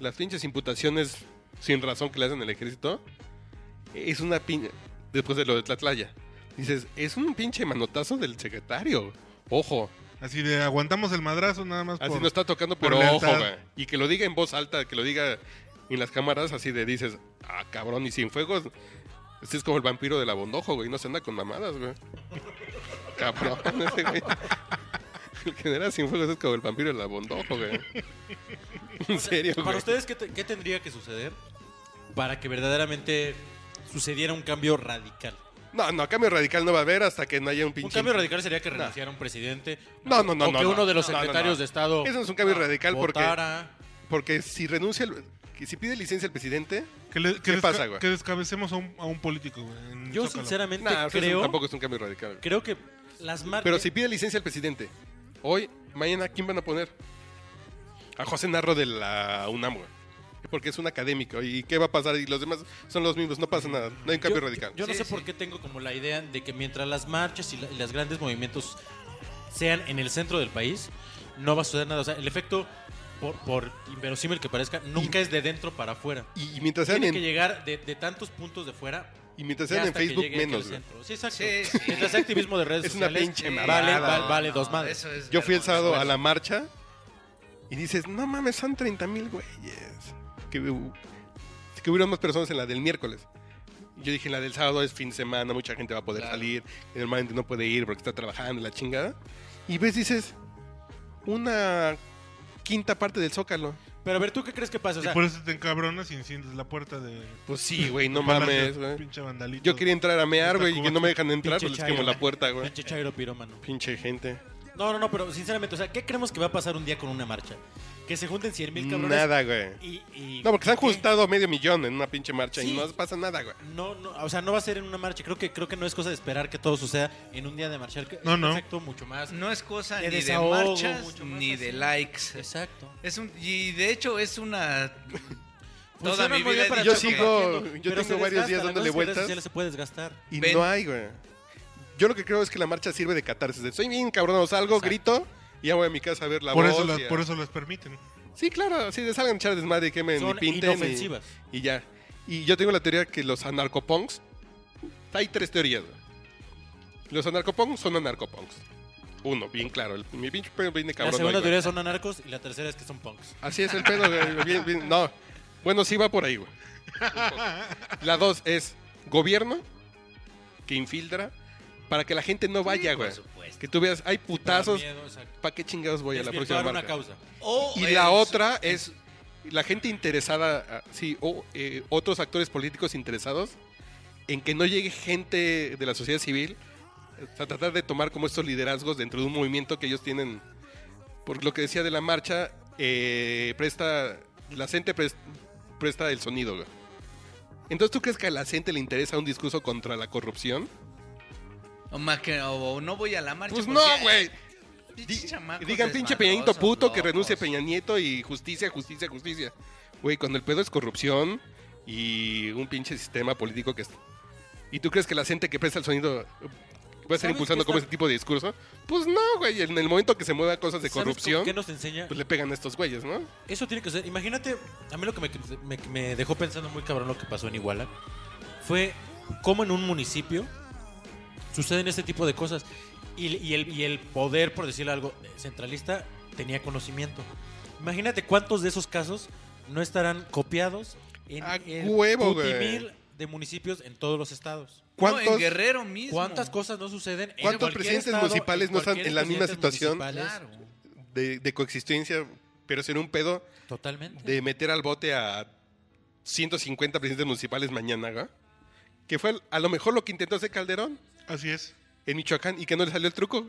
Speaker 4: las pinches imputaciones sin razón que le hacen al ejército. Es una pinche... Después de lo de Tlatlaya. Dices, es un pinche manotazo del secretario. Ojo,
Speaker 1: Así de aguantamos el madrazo nada más
Speaker 4: así
Speaker 1: por...
Speaker 4: no está tocando,
Speaker 1: por
Speaker 4: pero ojo,
Speaker 1: lealtad.
Speaker 4: güey. Y que lo diga en voz alta, que lo diga en las cámaras así de dices, ah, cabrón, y sin fuegos. Este es como el vampiro del abondojo, güey. No se anda con mamadas, güey. Cabrón, ese güey. El general sin fuegos es como el vampiro del abondojo, güey. En serio,
Speaker 2: Para
Speaker 4: güey.
Speaker 2: ustedes, ¿qué, te- qué tendría que suceder para que verdaderamente sucediera un cambio radical?
Speaker 4: No, no, cambio radical no va a haber hasta que no haya un pinche.
Speaker 2: Un cambio radical sería que renunciara un presidente.
Speaker 4: No, no, no,
Speaker 2: O
Speaker 4: no,
Speaker 2: que
Speaker 4: no.
Speaker 2: uno de los
Speaker 4: No, no, no.
Speaker 2: secretarios de Estado.
Speaker 4: Eso es un cambio radical porque-
Speaker 2: votara.
Speaker 4: Porque si renuncia, el- que si pide licencia el presidente,
Speaker 1: Que le- que
Speaker 4: ¿Qué
Speaker 1: desca-
Speaker 4: pasa, güey?
Speaker 1: Que descabecemos a un, a un político, güey. en
Speaker 2: Yo
Speaker 1: Zócalo.
Speaker 2: sinceramente
Speaker 4: nada,
Speaker 2: creo,
Speaker 4: tampoco es un cambio radical. güey.
Speaker 2: creo que las marcas.
Speaker 4: Pero si pide licencia el presidente, hoy, mañana, ¿quién van a poner? A José Narro de la UNAM, güey. porque es un académico. ¿Y qué va a pasar? Y los demás son los mismos, no pasa nada, no hay un cambio
Speaker 2: yo,
Speaker 4: radical.
Speaker 2: yo no
Speaker 3: Sí,
Speaker 2: sé
Speaker 3: sí.
Speaker 2: por qué tengo como la idea de que mientras las marchas y, la- y las grandes movimientos sean en el centro del país, no va a suceder nada. O sea, el efecto, por, por inverosímil que parezca, nunca es de dentro para afuera.
Speaker 4: y, y mientras sean
Speaker 2: Tiene que
Speaker 4: en,
Speaker 2: llegar de, de tantos puntos de fuera.
Speaker 4: y mientras
Speaker 2: ya
Speaker 4: sean en
Speaker 2: hasta que
Speaker 4: Facebook,
Speaker 2: llegue aquí al
Speaker 4: menos. güey.
Speaker 2: centro. Sí, exacto.
Speaker 3: Sí, sí.
Speaker 2: Mientras sea activismo de redes
Speaker 4: Es una
Speaker 2: sociales, eh,
Speaker 4: pinche
Speaker 2: vale,
Speaker 4: mamada.
Speaker 2: vale, vale dos madres.
Speaker 3: eso es
Speaker 4: Yo fui el
Speaker 3: vergonzoso.
Speaker 4: sábado a la marcha y dices, no mames, son 30 mil güeyes. Que, hu- que hubieron más personas en la del miércoles. Yo dije, la del sábado es fin de semana, mucha gente va a poder
Speaker 3: Claro.
Speaker 4: salir, normalmente no puede ir porque está trabajando, la chingada. Y ves, dices, una quinta parte del zócalo.
Speaker 2: Pero a ver, ¿tú qué crees que pasa? O sea,
Speaker 1: y por eso te encabronas y enciendes la puerta de...
Speaker 4: Pues sí, güey, no
Speaker 1: Palacios,
Speaker 4: mames, güey.
Speaker 1: Pinche vandalito.
Speaker 4: Yo quería entrar a mear, güey, y
Speaker 1: Tacuba.
Speaker 4: que no me dejan entrar,
Speaker 2: Pinche
Speaker 4: pues les quemo
Speaker 2: chairo.
Speaker 4: la puerta, güey.
Speaker 2: pinche chairo pirómano.
Speaker 4: Pinche gente.
Speaker 2: No, no, no, pero sinceramente, o sea, ¿qué creemos que va a pasar un día con una marcha? Que se junten 100 mil cabrones.
Speaker 4: Nada, güey.
Speaker 2: Y, y-
Speaker 4: No, porque se han
Speaker 2: ¿qué?
Speaker 4: juntado medio millón en una pinche marcha y
Speaker 2: Sí.
Speaker 4: no pasa nada, güey.
Speaker 2: No, no, o sea, no va a ser en una marcha. Creo que creo que no es cosa de esperar que todo suceda en un día de marchar. que-
Speaker 1: No, no.
Speaker 2: Perfecto, mucho más.
Speaker 3: No es cosa
Speaker 2: De
Speaker 3: ni de
Speaker 2: desahogo,
Speaker 3: marchas
Speaker 2: mucho más
Speaker 3: ni
Speaker 2: así.
Speaker 3: de likes.
Speaker 2: Exacto.
Speaker 3: Es un, y de hecho es una... Toda
Speaker 2: Funciona
Speaker 3: mi
Speaker 2: muy
Speaker 3: vida
Speaker 2: bien
Speaker 3: he
Speaker 2: para
Speaker 4: Yo
Speaker 3: dicho
Speaker 2: estar
Speaker 3: que-
Speaker 4: sigo-
Speaker 2: compartiendo,
Speaker 4: yo
Speaker 2: pero
Speaker 4: tengo
Speaker 2: se
Speaker 4: varios
Speaker 2: desgasta,
Speaker 4: días
Speaker 2: la cosa
Speaker 4: dándole
Speaker 2: es que
Speaker 4: vueltas.
Speaker 2: redes sociales se puede desgastar.
Speaker 4: Y
Speaker 3: Ven.
Speaker 4: no hay, güey. Yo lo que creo es que la marcha sirve de catarsis. de, Soy bien cabrón, salgo,
Speaker 2: Exacto.
Speaker 4: grito y ya voy a mi casa a ver la
Speaker 1: Por
Speaker 4: voz.
Speaker 1: eso,
Speaker 4: y
Speaker 1: las,
Speaker 4: a-
Speaker 1: por eso las permiten.
Speaker 4: Sí, claro, así de salgan a echar desmadre y quemen
Speaker 2: Son
Speaker 4: y pinten. y-
Speaker 2: inofensivas.
Speaker 4: Y, ya. Y yo tengo la teoría que los anarcopunks. Hay tres teorías. güey. Los anarcopunks son anarcopunks. Uno, bien claro. el- mi pinche pedo viene
Speaker 2: La
Speaker 4: cabrón.
Speaker 2: segunda
Speaker 4: hoy, güey.
Speaker 2: teoría son anarcos y la tercera es que son punks.
Speaker 4: Así es el pedo, güey. bien- bien- no. Bueno, sí va por ahí, güey. La dos es gobierno que infiltra para que la gente no vaya, güey.
Speaker 3: supuesto.
Speaker 4: que tú veas, hay putazos.
Speaker 2: Miedo, exacto.
Speaker 4: ¿Para qué chingados voy a la próxima
Speaker 2: Desvirtuar una
Speaker 4: marcha?
Speaker 2: causa.
Speaker 3: O
Speaker 4: Y
Speaker 3: es-
Speaker 4: la otra es la gente interesada, ah, sí, o eh, otros actores políticos interesados en que no llegue gente de la sociedad civil eh, a tratar de tomar como estos liderazgos dentro de un movimiento que ellos tienen. Por lo que decía de la marcha, eh, presta, la gente pres- presta el sonido. güey. Entonces, ¿tú crees que a la gente le interesa un discurso contra la corrupción?
Speaker 3: O, más que, o, o no voy a la marcha.
Speaker 4: Pues no,
Speaker 3: porque-
Speaker 4: güey.
Speaker 3: Pinches
Speaker 4: Di-
Speaker 3: chamacos
Speaker 4: digan pinche
Speaker 3: desmadrosos,
Speaker 4: Peñanito puto que renuncie
Speaker 3: locos.
Speaker 4: Peña Nieto y justicia, justicia, justicia. Güey, cuando el pedo es corrupción y un pinche sistema político que es... ¿Y tú crees que la gente que presta el sonido eh, va a estar
Speaker 2: ¿Sabes
Speaker 4: impulsando
Speaker 2: qué
Speaker 4: como
Speaker 2: está-
Speaker 4: ese tipo de discurso? Pues no, güey. En el momento que se muevan cosas de
Speaker 2: ¿Sabes
Speaker 4: corrupción,
Speaker 2: con ¿Qué nos enseña?
Speaker 4: pues le pegan a estos güeyes, ¿no?
Speaker 2: Eso tiene que ser. Imagínate, a mí lo que me, me- me dejó pensando muy cabrón lo que pasó en Iguala fue cómo en un municipio suceden este tipo de cosas. Y, y el, y el poder, por decirlo algo, centralista tenía conocimiento. Imagínate cuántos de esos casos no estarán copiados en
Speaker 4: ¡A
Speaker 2: el
Speaker 4: huevo, güey!
Speaker 2: putimil de municipios en todos los estados.
Speaker 4: ¿Cuántos,
Speaker 3: No, en Guerrero mismo.
Speaker 2: ¿Cuántas cosas no suceden? en
Speaker 4: ¿Cuántos
Speaker 2: cualquier
Speaker 4: presidentes
Speaker 2: estado,
Speaker 4: municipales no están
Speaker 2: cualquier
Speaker 4: en la misma
Speaker 2: presidentes
Speaker 4: situación?
Speaker 2: municipales?
Speaker 3: Claro.
Speaker 4: de, de coexistencia, pero sin un pedo
Speaker 2: Totalmente.
Speaker 4: de meter al bote a 150 presidentes municipal mañana, güey? Que fue a lo mejor lo que intentó hacer Calderón.
Speaker 1: Así es.
Speaker 4: en Michoacán y que no le salió el truco.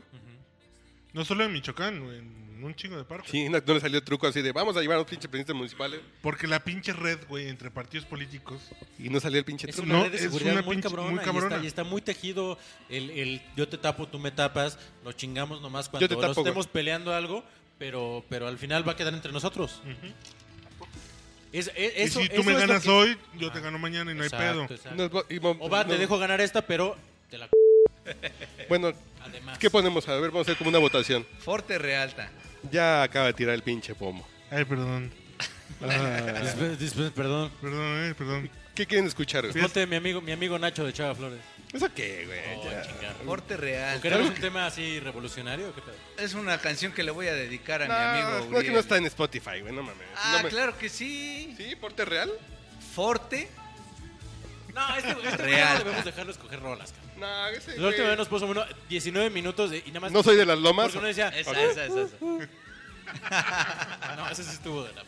Speaker 1: No solo en Michoacán, güey, en un chingo de partes.
Speaker 4: Sí, no, no le salió el truco así de vamos a llevar a los pinches presidentes municipales
Speaker 1: Porque la pinche red, güey, entre partidos políticos.
Speaker 4: y no salió el pinche
Speaker 2: Es
Speaker 4: truco.
Speaker 2: una
Speaker 1: No,
Speaker 2: red de
Speaker 1: es
Speaker 2: seguridad
Speaker 1: una
Speaker 2: muy,
Speaker 1: pinche-
Speaker 2: cabrona,
Speaker 1: muy
Speaker 2: y
Speaker 1: cabrona.
Speaker 2: está- Y, está, muy tejido el, el yo te tapo, tú me tapas, nos chingamos nomás cuando
Speaker 4: Yo te
Speaker 2: nos
Speaker 4: tapo, güey.
Speaker 2: estemos peleando algo, pero, pero al final va a quedar entre nosotros. Es- es- eso-
Speaker 1: y si tú
Speaker 2: eso
Speaker 1: me
Speaker 2: es lo
Speaker 1: ganas
Speaker 2: que-
Speaker 1: hoy, yo te gano mañana y no
Speaker 2: Exacto,
Speaker 1: hay pedo.
Speaker 2: exacto.
Speaker 4: Nos va- y mo-
Speaker 2: O va, te
Speaker 4: nos-
Speaker 2: dejo ganar esta, pero te la c-
Speaker 4: Bueno,
Speaker 2: además.
Speaker 4: ¿qué ponemos? A ver, vamos a hacer como una votación.
Speaker 3: Forte Realta.
Speaker 4: Ya acaba de tirar el pinche pomo.
Speaker 1: Ay, perdón.
Speaker 2: Dispe- dispe- perdón.
Speaker 1: Perdón, eh, perdón.
Speaker 4: ¿Qué quieren escuchar? güey?
Speaker 2: Ponte mi amigo, mi amigo Nacho de Chava Flores.
Speaker 4: ¿Eso qué, güey?
Speaker 2: Oh,
Speaker 4: Ya. Ah,
Speaker 2: chingar.
Speaker 3: Forte
Speaker 2: ¿O
Speaker 3: Realta.
Speaker 2: queremos un tema así revolucionario? o qué pedo?
Speaker 3: Es una canción que le voy a dedicar a
Speaker 4: No,
Speaker 3: mi amigo.
Speaker 4: no, que
Speaker 3: Uriel.
Speaker 4: no está en Spotify, güey, no mames.
Speaker 3: Ah,
Speaker 4: No me-
Speaker 3: claro que sí.
Speaker 4: ¿Sí? ¿Porte real?
Speaker 3: Forte.
Speaker 2: No, este, este programa
Speaker 3: Real.
Speaker 2: debemos dejarlo escoger rolas. cabrón.
Speaker 4: No, ese,
Speaker 2: La última
Speaker 4: güey.
Speaker 2: vez nos puso uno 19 minutos de- y nada más.
Speaker 4: No soy de las lomas.
Speaker 2: Porque uno decía,
Speaker 3: Esa,
Speaker 4: Ok.
Speaker 3: esa, esa, esa.
Speaker 2: "Ah, no, ese sí estuvo de la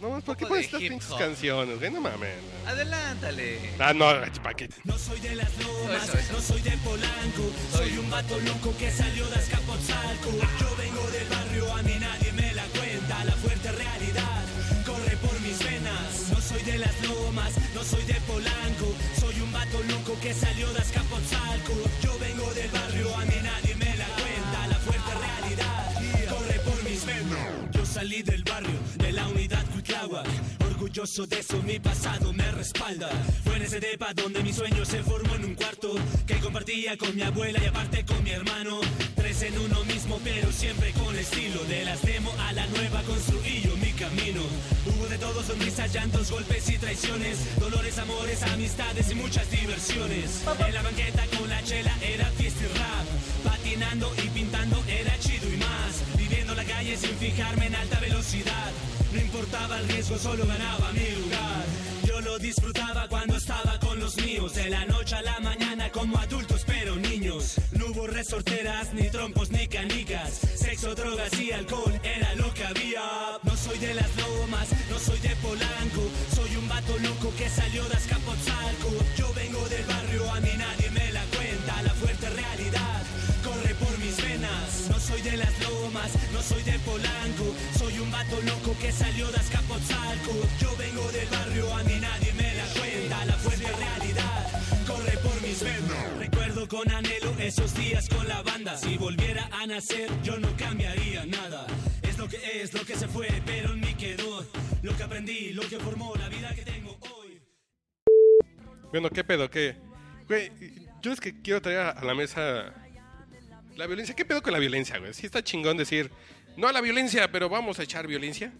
Speaker 4: No mames, ¿por qué
Speaker 3: Un poco
Speaker 4: pones
Speaker 3: de
Speaker 4: estas
Speaker 3: hip
Speaker 4: pinches
Speaker 3: hop.
Speaker 4: canciones, güey? No mames.
Speaker 3: Adelántale.
Speaker 4: Ah, no, ¿para qué?
Speaker 3: Eso, eso.
Speaker 6: No soy de Polanco, soy un vato loco que salió de Azcapotzalco. Yo vengo del barrio, a mí nadie me la cuenta. La fuerte realidad corre por mis venas. No soy de las lomas, no soy de Polanco, soy un vato loco que salió de Azcapotzalco. Yo vengo del barrio, a mí nadie me la cuenta. La fuerte realidad corre por mis venas. Yo salí del barrio, de la unidad Cuitlagua. orgulloso de eso, mi pasado me respalda. Fue en ese depa donde mi sueño se formó en un cuarto que compartía con mi abuela y aparte con mi hermano. Tres en uno mismo, pero siempre con estilo. De las demo a la nueva construí yo mi camino. Hubo de todo, sonrisas, llantos, golpes y traiciones, dolores, amores, amistades y muchas diversiones. En la banqueta con la chela era fiesta y rap, patinando y pintando era chido y más. Viviendo la calle sin fijarme en alta velocidad. No importaba el riesgo, solo ganaba mi lugar. Yo lo disfrutaba cuando estaba con los míos, de la noche a la mañana como adultos pero niños. No hubo resorteras, ni trompos, ni canicas. Sexo, drogas y alcohol era lo que había. No soy de las lomas, no soy de Polanco. Soy un vato loco que salió de Azcapotzalco. Yo vengo del barrio, a mí nadie me la cuenta. La fuerte realidad corre por mis venas. No soy de las lomas, no soy de Polanco. Soy un vato loco que salió de Azcapotzalco. Yo vengo del barrio, a mí nadie me la cuenta. La fuerte realidad corre por mis venas. Recuerdo con anhelo esos días con la banda. Si volviera a nacer, yo no cambiaría nada. Es lo que es, lo que se fue, pero en mí quedó. Lo que aprendí, lo que formó la vida que tengo hoy.
Speaker 4: Bueno, ¿qué pedo? ¿Qué? Güey, yo es que quiero traer a- a la mesa la violencia. ¿Qué pedo con la violencia, güey? Sí está chingón decir, no a la violencia, pero vamos a echar violencia.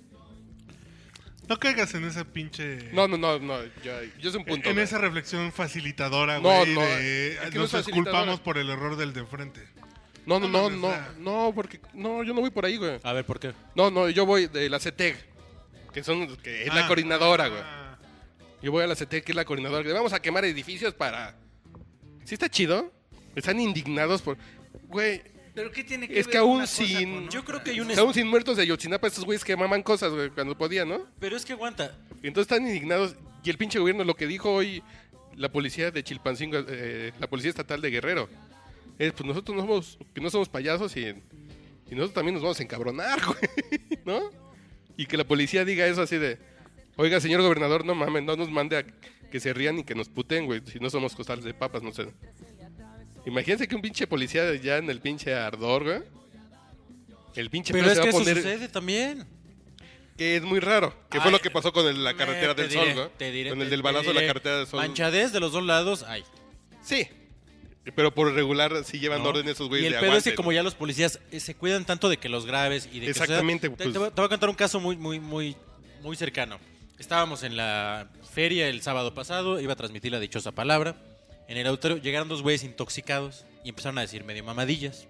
Speaker 1: No caigas en esa pinche.
Speaker 4: No, no, no, no. Yo, yo es un punto.
Speaker 1: en
Speaker 4: güey.
Speaker 1: esa reflexión facilitadora,
Speaker 4: No,
Speaker 1: güey.
Speaker 4: no,
Speaker 1: de,
Speaker 4: es que no es
Speaker 1: nos
Speaker 4: facilitadora.
Speaker 1: culpamos por el error del de enfrente.
Speaker 4: No, no, no,
Speaker 1: no,
Speaker 4: no,
Speaker 1: no,
Speaker 4: no, porque no, yo no voy por ahí, güey.
Speaker 2: A ver, ¿por qué?
Speaker 4: No, no, yo voy de la CETEG, que son que es la
Speaker 1: Ah,
Speaker 4: coordinadora, güey.
Speaker 1: ah,
Speaker 4: Yo voy a la CETEG, que es la coordinadora. que Vamos a quemar edificios para. ¿Sí está chido? Están indignados por. Güey,
Speaker 3: Pero qué tiene que
Speaker 4: Es
Speaker 3: ver
Speaker 4: que aún
Speaker 3: una cosa
Speaker 4: sin-
Speaker 3: con otra?
Speaker 2: Yo creo que hay un...
Speaker 4: aún sin muertos de Yotzinapa, estos güeyes que maman cosas, güey, cuando podían, ¿no?
Speaker 2: Pero es que aguanta.
Speaker 4: Y entonces están indignados. Y el pinche gobierno, lo que dijo hoy la policía de Chilpancingo, eh, la policía estatal de Guerrero, es: pues nosotros no somos, que no somos payasos y, y nosotros también nos vamos a encabronar, güey, ¿no? Y que la policía diga eso así de: oiga, señor gobernador, no mames, no nos mande a que se rían y que nos puten, güey, si no somos costales de papas, no sé. Imagínense que un pinche policía ya en el pinche ardor, güey. El pinche
Speaker 2: Pero
Speaker 4: pedo
Speaker 2: es
Speaker 4: se
Speaker 2: que
Speaker 4: va a
Speaker 2: eso
Speaker 4: poner.
Speaker 2: sucede también.
Speaker 4: Que es muy raro. Que fue
Speaker 2: Ay,
Speaker 4: lo que pasó con el- la carretera
Speaker 2: Eh, Ah, te
Speaker 4: del
Speaker 2: diré,
Speaker 4: sol, ¿no?
Speaker 2: Te diré.
Speaker 4: Con el
Speaker 2: te-
Speaker 4: del
Speaker 2: te
Speaker 4: balazo de la
Speaker 2: diré.
Speaker 4: carretera del sol.
Speaker 2: Manchadez de los dos lados hay.
Speaker 4: Sí. Pero por regular sí llevan
Speaker 2: ¿no?
Speaker 4: orden esos
Speaker 2: Y
Speaker 4: güeyes
Speaker 2: el
Speaker 4: de
Speaker 2: pedo es
Speaker 4: aguante.
Speaker 2: que como ya los policías eh, se cuidan tanto de que los graves y de que
Speaker 4: Exactamente,
Speaker 2: suceda- te-
Speaker 4: pues.
Speaker 2: te, voy- te voy a contar un caso muy, muy, muy, muy cercano. Estábamos en la feria el sábado pasado, iba a transmitir la dichosa palabra. En el auditorio llegaron dos güeyes intoxicados y empezaron a decir medio mamadillas.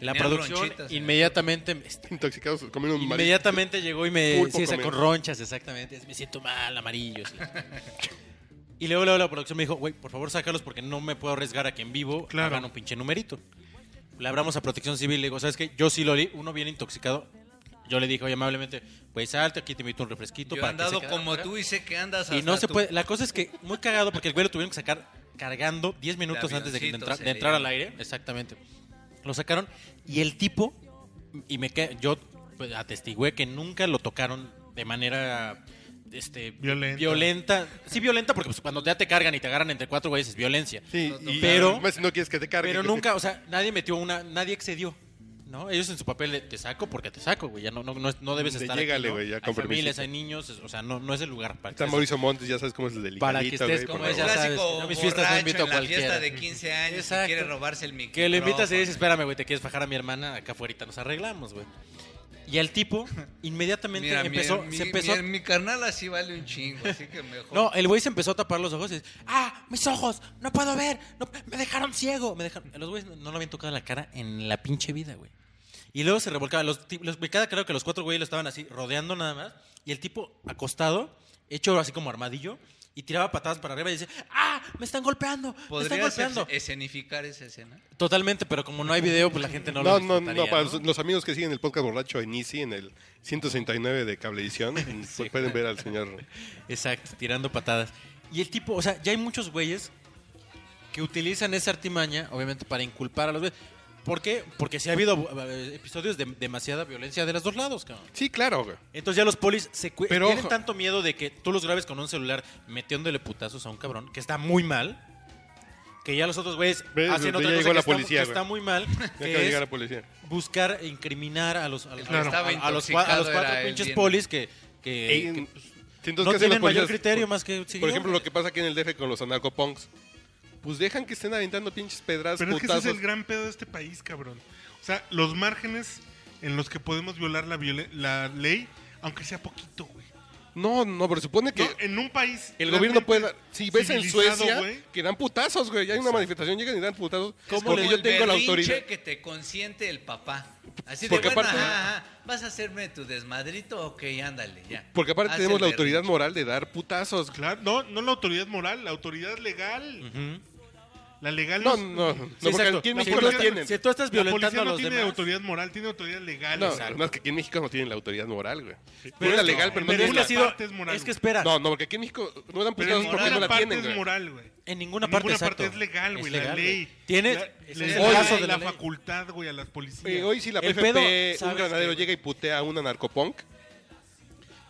Speaker 2: La
Speaker 3: Tenían
Speaker 2: producción
Speaker 3: bronchitas, ¿eh?
Speaker 2: inmediatamente
Speaker 4: Intoxicados comiendo un marisco.
Speaker 2: Inmediatamente llegó y me
Speaker 4: Pulpo
Speaker 2: sí, esa,
Speaker 4: comiendo.
Speaker 2: con ronchas, exactamente. Me siento mal, amarillo. sí. y luego, luego la producción me dijo, güey, por favor sácalos porque no me puedo arriesgar a que en vivo
Speaker 1: Claro.
Speaker 2: hagan un pinche numerito. Le hablamos a Protección Civil, le digo, ¿sabes qué? Yo sí lo vi, uno bien intoxicado. Yo le dije, oye, amablemente, pues salte, aquí te invito un refresquito.
Speaker 3: Yo he
Speaker 2: para que se
Speaker 3: andado
Speaker 2: quedaran
Speaker 3: como
Speaker 2: fuera".
Speaker 3: tú y sé que andas
Speaker 2: Y no
Speaker 3: hasta
Speaker 2: se
Speaker 3: tu-
Speaker 2: puede. La cosa es que muy cagado porque el güey lo tuvieron que sacar cargando 10 minutos antes de, que
Speaker 3: avioncito
Speaker 2: entra-
Speaker 3: se
Speaker 2: de
Speaker 3: le
Speaker 2: entrar al
Speaker 3: llama.
Speaker 2: aire. Exactamente. Lo sacaron y el tipo, y me que yo pues, atestigué que nunca lo tocaron de manera este,
Speaker 1: Violenta.
Speaker 2: violenta. Sí, violenta porque pues, cuando ya te cargan y te agarran entre cuatro güeyes es violencia.
Speaker 4: Sí,
Speaker 3: No,
Speaker 4: y-
Speaker 2: pero-
Speaker 4: además, si no quieres que te carguen.
Speaker 2: Pero nunca, o sea, nadie metió una, nadie excedió. ¿No? Ellos en su papel de, te saco porque te saco, güey. Ya no, no, no, es- no debes
Speaker 4: De
Speaker 2: estar.
Speaker 4: llégale,
Speaker 2: aquí, ¿no?
Speaker 4: güey, ya,
Speaker 2: hay
Speaker 4: con
Speaker 2: familias,
Speaker 4: permisito.
Speaker 2: hay niños, es- o sea, no, no es el lugar para que
Speaker 4: Está
Speaker 2: estés
Speaker 4: Mauricio Montes, ya sabes cómo es el del
Speaker 2: Para que
Speaker 4: hijadito,
Speaker 2: estés
Speaker 4: güey,
Speaker 2: como
Speaker 4: por
Speaker 2: ella.
Speaker 4: favor.
Speaker 2: sabes,
Speaker 3: clásico
Speaker 2: yo a mis fiestas no
Speaker 3: borracho
Speaker 2: invito a
Speaker 3: en la fiesta
Speaker 2: cualquiera.
Speaker 3: de 15 años
Speaker 2: Exacto.
Speaker 3: que quiere robarse el micrófono.
Speaker 2: Que lo invitas y dices, espérame, güey, te quieres fajar a mi hermana, acá afuera nos arreglamos, güey. Y al tipo, inmediatamente
Speaker 3: Mira, mi-
Speaker 2: empezó,
Speaker 3: mi,
Speaker 2: se empezó...
Speaker 3: mi- mi carnal así vale un chingo, así que mejor.
Speaker 2: no, el güey se empezó a tapar los ojos y dice, ah, mis ojos, no puedo ver, no- me dejaron ciego. Me dejaron... Los güeyes no, no lo habían tocado en la cara en la pinche vida, güey. Y luego se revolcaba, los, ti- los- me queda claro que los cuatro güeyes lo estaban así, rodeando nada más, y el tipo acostado, hecho así como armadillo, y tiraba patadas para arriba y dice, ah, me están golpeando, me están
Speaker 3: ¿Podrías
Speaker 2: golpeando.
Speaker 3: es- escenificar esa escena?
Speaker 2: Totalmente, pero como no hay video, pues la gente no,
Speaker 4: No,
Speaker 2: lo
Speaker 4: no, no,
Speaker 2: disfrutaría,
Speaker 4: para
Speaker 2: ¿no?
Speaker 4: los amigos que siguen el podcast borracho en Easy, en el 169 de Cablevisión, pues pueden ver al señor.
Speaker 2: Exacto, tirando patadas. Y el tipo, o sea, ya hay muchos güeyes que utilizan esa artimaña, obviamente, para inculpar a los güeyes. ¿Por qué? Porque sí ha habido eh, episodios de demasiada violencia de los dos lados, cabrón.
Speaker 4: Sí, claro, güey.
Speaker 2: Entonces ya los polis se cue-
Speaker 4: Pero
Speaker 2: tienen
Speaker 4: ojo.
Speaker 2: tanto miedo de que tú los grabes con un celular metiéndole putazos a un cabrón, que está muy mal, que ya los otros güeyes
Speaker 4: ¿Ves?
Speaker 2: hacen
Speaker 4: Ya
Speaker 2: otra
Speaker 4: llegó
Speaker 2: cosa que,
Speaker 4: la
Speaker 2: está,
Speaker 4: policía,
Speaker 2: que
Speaker 4: güey.
Speaker 2: está muy mal,
Speaker 4: Ya acaba de
Speaker 2: que
Speaker 4: llegar
Speaker 2: es
Speaker 4: la policía.
Speaker 2: buscar e incriminar a los, a, los-
Speaker 3: que
Speaker 2: a-
Speaker 3: estaba
Speaker 2: a los, cua- a los
Speaker 3: intoxicado
Speaker 2: cuatro
Speaker 3: era el
Speaker 2: pinches
Speaker 3: bien-
Speaker 2: polis Eh, que... que-
Speaker 4: Ey,
Speaker 2: que-
Speaker 4: sí, entonces,
Speaker 2: no
Speaker 4: ¿qué hacen los
Speaker 2: tienen mayor
Speaker 4: policías?
Speaker 2: criterio
Speaker 4: Por-
Speaker 2: más que seguidores.
Speaker 4: Por ejemplo, lo que pasa aquí en el DF con los anarcopunks. Pues dejan que estén aventando pinches pedras,
Speaker 1: Pero es que ese
Speaker 4: putazos.
Speaker 1: es el gran pedo de este país, cabrón. O sea, los márgenes en los que podemos violar la, viole- la ley, aunque sea poquito, güey.
Speaker 4: No, no, pero supone que
Speaker 1: No, en un país.
Speaker 4: el gobierno
Speaker 1: realmente
Speaker 4: puede. dar- Si ves en
Speaker 1: civilizado,
Speaker 4: Suecia,
Speaker 1: güey,
Speaker 4: que dan putazos, güey. Hay una manifestación, llegan y dan putazos.
Speaker 2: ¿Cómo
Speaker 4: porque
Speaker 2: le-
Speaker 4: yo tengo la
Speaker 3: berrinche
Speaker 4: autoridad.
Speaker 3: que te consiente el papá. Así de,
Speaker 4: Porque
Speaker 3: bueno,
Speaker 4: aparte-
Speaker 3: ajá, ajá, vas a hacerme tu desmadrito, ok, ándale, ya.
Speaker 4: Porque aparte
Speaker 3: Haz
Speaker 4: tenemos
Speaker 3: el
Speaker 4: la autoridad
Speaker 3: berrinche.
Speaker 4: moral de dar putazos.
Speaker 1: Claro, no, no la autoridad moral, la autoridad legal. La legal
Speaker 4: No,
Speaker 1: es-
Speaker 4: no, no,
Speaker 2: Sí,
Speaker 4: porque
Speaker 2: exacto.
Speaker 4: aquí en
Speaker 2: Si
Speaker 4: México
Speaker 2: tú
Speaker 4: no
Speaker 2: estás-
Speaker 4: tienen.
Speaker 2: Si tú estás
Speaker 1: La policía
Speaker 2: violentando a
Speaker 1: no
Speaker 2: los
Speaker 1: tiene
Speaker 2: demás.
Speaker 1: autoridad moral, tiene autoridad legal.
Speaker 4: No,
Speaker 1: o sea,
Speaker 4: no, es que aquí en México no tienen la autoridad moral, güey.
Speaker 2: Pero
Speaker 4: Pero
Speaker 2: es
Speaker 4: es
Speaker 2: que-
Speaker 4: legal, pero no
Speaker 2: pero es
Speaker 4: tienen
Speaker 2: que ha
Speaker 4: la
Speaker 2: sido-
Speaker 1: parte es moral,
Speaker 2: Es que
Speaker 1: güey.
Speaker 2: espera.
Speaker 4: No, no, porque aquí en México no dan
Speaker 1: Pero
Speaker 4: putazos
Speaker 1: en
Speaker 4: porque no
Speaker 1: ninguna
Speaker 4: la
Speaker 1: parte
Speaker 4: tienen,
Speaker 1: es
Speaker 4: güey.
Speaker 1: moral, güey.
Speaker 2: En ninguna
Speaker 1: Ninguna
Speaker 2: parte,
Speaker 1: parte
Speaker 2: exacto.
Speaker 1: es legal, güey,
Speaker 2: Es
Speaker 1: la
Speaker 2: legal,
Speaker 1: ley.
Speaker 2: güey. Tiene-
Speaker 1: La-
Speaker 2: es
Speaker 1: le
Speaker 2: el
Speaker 1: da
Speaker 2: brazo de
Speaker 1: la,
Speaker 2: la ley.
Speaker 1: facultad, güey, a las policías.
Speaker 4: Eh, hoy si la
Speaker 2: El
Speaker 4: PFP,
Speaker 2: pedo,
Speaker 4: un
Speaker 2: ¿sabes
Speaker 4: granadero
Speaker 2: qué,
Speaker 4: llega y putea a un anarcopunk,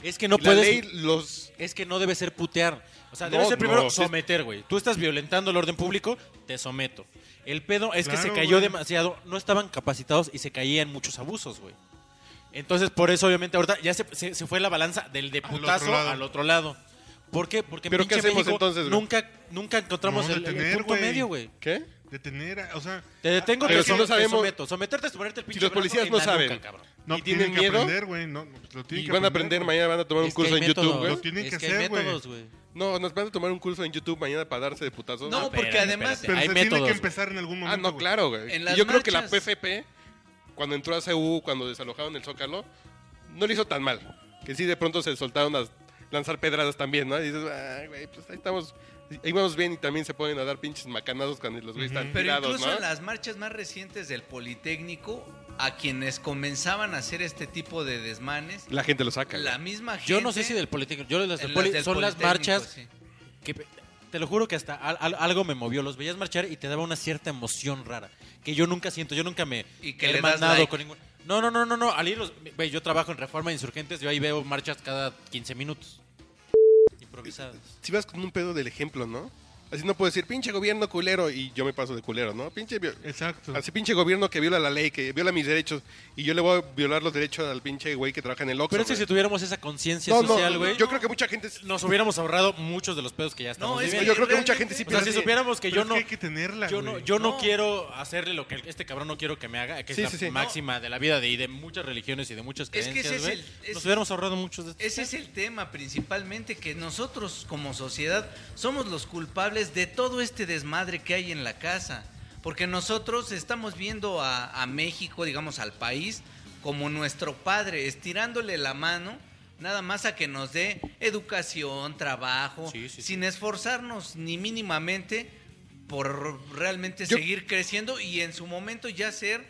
Speaker 2: Es que no
Speaker 4: la
Speaker 2: puedes.
Speaker 4: ley los...
Speaker 2: Es que no debe ser putear. O sea,
Speaker 4: No,
Speaker 2: debe ser primero
Speaker 4: no.
Speaker 2: someter, güey. Tú estás violentando el orden público, te someto. El pedo es que
Speaker 1: Claro,
Speaker 2: se cayó
Speaker 1: güey.
Speaker 2: demasiado, no estaban capacitados y se caían muchos abusos, güey. Entonces, por eso, obviamente, ahorita ya se, se- se fue la balanza del de
Speaker 1: Al otro
Speaker 2: putazo
Speaker 1: lado.
Speaker 2: al otro lado. ¿Por qué? Porque en
Speaker 4: ¿Pero qué
Speaker 2: pinche
Speaker 4: hacemos
Speaker 2: México
Speaker 4: entonces, güey?
Speaker 2: nunca, nunca encontramos
Speaker 1: No,
Speaker 2: el, el
Speaker 1: detener,
Speaker 2: punto
Speaker 1: güey.
Speaker 2: medio, güey.
Speaker 4: ¿Qué?
Speaker 1: Detener, a- o sea...
Speaker 2: Te detengo,
Speaker 4: Pero
Speaker 2: te,
Speaker 4: si no
Speaker 2: te
Speaker 4: sabemos-
Speaker 2: someto. Someterte es ponerte el
Speaker 4: Si
Speaker 2: pinche
Speaker 4: los
Speaker 2: brazo
Speaker 4: policías
Speaker 2: en
Speaker 4: no
Speaker 2: la nuca,
Speaker 4: saben
Speaker 2: cabrón.
Speaker 1: No,
Speaker 4: y tienen
Speaker 1: tienen que
Speaker 4: miedo,
Speaker 1: aprender, güey. No, pues lo tienen
Speaker 4: Y
Speaker 1: que
Speaker 4: van a aprender
Speaker 1: güey.
Speaker 4: mañana, van a tomar un
Speaker 3: Este
Speaker 2: Es que
Speaker 4: curso
Speaker 2: hay
Speaker 4: en YouTube,
Speaker 2: métodos.
Speaker 4: güey.
Speaker 1: Lo tienen
Speaker 2: Es
Speaker 1: que
Speaker 2: hay
Speaker 1: hacer, güey.
Speaker 2: métodos, güey.
Speaker 4: No, nos van a tomar un curso en YouTube mañana para darse de putazos.
Speaker 3: No, porque
Speaker 2: espérate,
Speaker 3: además-
Speaker 2: espérate.
Speaker 1: Pero
Speaker 2: Hay
Speaker 1: se
Speaker 2: métodos,
Speaker 1: tiene que
Speaker 2: güey.
Speaker 1: empezar en algún
Speaker 4: Ah,
Speaker 1: momento,
Speaker 4: no,
Speaker 1: güey.
Speaker 4: claro, güey.
Speaker 3: En
Speaker 4: Y
Speaker 3: las
Speaker 4: yo creo que la
Speaker 3: marchas.
Speaker 4: PFP, cuando entró a CU, cuando desalojaron el Zócalo, no le hizo tan mal. Que sí, de pronto se soltaron a lanzar pedradas también, ¿no? Y dices, ah, güey, pues ahí estamos, ahí vamos bien y también se ponen a dar pinches macanazos cuando los güeyes están
Speaker 3: Pero
Speaker 4: tirados,
Speaker 3: incluso
Speaker 4: ¿no?
Speaker 3: en las marchas más recientes del Politécnico, a quienes comenzaban a hacer este tipo de desmanes,
Speaker 4: La gente lo saca.
Speaker 3: la
Speaker 4: güey.
Speaker 3: misma gente...
Speaker 2: Yo no sé si del político. Yo de las del
Speaker 3: en
Speaker 2: poli-
Speaker 3: del
Speaker 2: son las
Speaker 3: Politécnico,
Speaker 2: marchas
Speaker 3: sí.
Speaker 2: que pe- te lo juro que hasta al- al- algo me movió. Los veías marchar y te daba una cierta emoción rara que yo nunca siento. Yo nunca me
Speaker 3: Y que
Speaker 2: he
Speaker 3: le das
Speaker 2: hermanado
Speaker 3: like.
Speaker 2: con ningún. No, no, no, no, no. Al ir los- güey, yo trabajo en Reforma e Insurgentes. Yo ahí veo marchas cada 15 minutos. Improvisadas.
Speaker 4: Si vas con un pedo del ejemplo, ¿no? Así no puedo decir, pinche gobierno culero, y yo me paso de culero, ¿no? Pinche vi-
Speaker 1: Exacto.
Speaker 4: Así pinche gobierno que viola la ley, que viola mis derechos, y yo le voy a violar los derechos al pinche güey que trabaja en el Oxxo.
Speaker 2: Pero es que
Speaker 4: güey.
Speaker 2: si tuviéramos esa conciencia
Speaker 4: No, no,
Speaker 2: social, güey,
Speaker 4: yo creo que mucha gente...
Speaker 2: nos hubiéramos ahorrado muchos de los pedos que ya estamos
Speaker 3: No, es
Speaker 2: viviendo.
Speaker 4: Yo creo que mucha gente sí
Speaker 2: O sea,
Speaker 4: piensa
Speaker 2: si
Speaker 4: así.
Speaker 2: supiéramos que
Speaker 1: Pero
Speaker 2: yo
Speaker 1: es
Speaker 2: no,
Speaker 1: hay que tenerla,
Speaker 2: Yo no,
Speaker 1: güey.
Speaker 2: yo no,
Speaker 3: No.
Speaker 2: quiero hacerle lo que este cabrón no quiero que me haga, que
Speaker 4: Sí,
Speaker 2: es
Speaker 4: sí,
Speaker 2: la
Speaker 4: sí.
Speaker 2: máxima de la vida de, y de muchas religiones y de muchas
Speaker 3: Es que
Speaker 2: creencias.
Speaker 3: ese es
Speaker 2: güey.
Speaker 3: el- es-
Speaker 2: Nos hubiéramos ahorrado muchos de estos
Speaker 3: Ese es el tema principalmente, que nosotros como sociedad somos los culpables de todo este desmadre que hay en la casa. Porque nosotros estamos viendo a, a México, digamos al país, como nuestro padre, estirándole la mano nada más a que nos dé educación, trabajo,
Speaker 2: Sí, sí, sí.
Speaker 3: sin esforzarnos ni mínimamente por realmente
Speaker 4: Yo-
Speaker 3: seguir creciendo y en su momento ya ser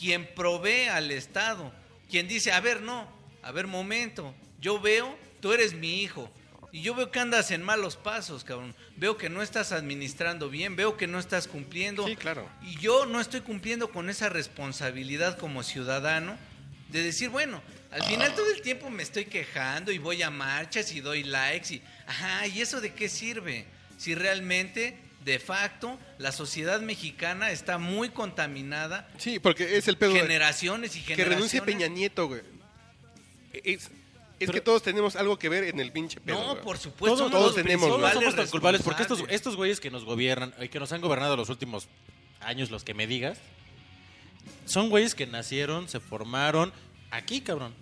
Speaker 3: quien provee al Estado, quien dice, a ver, no, a ver, momento, yo veo, tú eres mi hijo, y yo veo que andas en malos pasos, cabrón, veo que no estás administrando bien, veo que no estás cumpliendo,
Speaker 4: Sí, claro.
Speaker 3: y yo no estoy cumpliendo con esa responsabilidad como ciudadano de decir, bueno, al final todo el tiempo me estoy quejando y voy a marchas y doy likes y, ajá, ¿y eso de qué sirve? Si realmente, de facto, la sociedad mexicana está muy contaminada
Speaker 4: Sí, porque es el pedo de-
Speaker 3: generaciones y
Speaker 4: que
Speaker 3: generaciones.
Speaker 4: renuncie Peña Nieto, güey. E-, Es, es que
Speaker 2: Pero-
Speaker 4: todos tenemos algo que ver en el pinche pedo.
Speaker 3: No,
Speaker 4: güey.
Speaker 3: por supuesto,
Speaker 4: Todos-
Speaker 3: somos
Speaker 4: todos
Speaker 3: los
Speaker 4: tenemos,
Speaker 2: Solo
Speaker 4: güey.
Speaker 3: principales.
Speaker 2: somos tan culpables porque estos,
Speaker 3: responsables.
Speaker 2: estos güeyes que nos gobiernan, eh, que nos han gobernado los últimos años, los que me digas, son güeyes que nacieron, se formaron aquí, cabrón.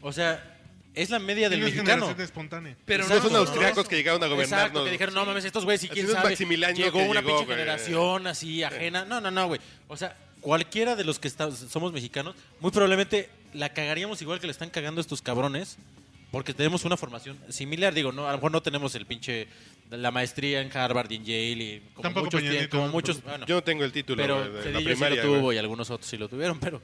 Speaker 2: O sea, es la media del
Speaker 1: Tiene una
Speaker 2: mexicano.
Speaker 1: generación espontánea.
Speaker 3: Pero
Speaker 4: No
Speaker 2: Exacto,
Speaker 4: son
Speaker 2: ¿no?
Speaker 4: austriacos que llegaron a gobernarnos.
Speaker 2: Exacto, que dijeron, no mames, estos güeyes, y
Speaker 4: Así
Speaker 2: quién
Speaker 4: es
Speaker 2: sabe.
Speaker 4: Maximiliano
Speaker 2: llegó
Speaker 4: que
Speaker 2: una
Speaker 4: llegó,
Speaker 2: pinche
Speaker 4: güey.
Speaker 2: generación así, ajena. No, no, no, güey. O sea, cualquiera de los que está- somos mexicanos, muy probablemente la cagaríamos igual que le están cagando estos cabrones. Porque tenemos una formación similar, digo, no, a lo mejor no tenemos el pinche la maestría en Harvard y en Yale y como
Speaker 1: Tampoco
Speaker 2: muchos,
Speaker 1: Peña
Speaker 2: tienen-
Speaker 1: Nieto,
Speaker 2: como
Speaker 1: no,
Speaker 2: muchos,
Speaker 1: pero-
Speaker 2: bueno,
Speaker 4: Yo no tengo el título
Speaker 2: pero
Speaker 4: güey, de la
Speaker 2: Cedillo sí
Speaker 4: primaria.
Speaker 2: lo tuvo
Speaker 4: güey.
Speaker 2: y algunos otros sí lo tuvieron, pero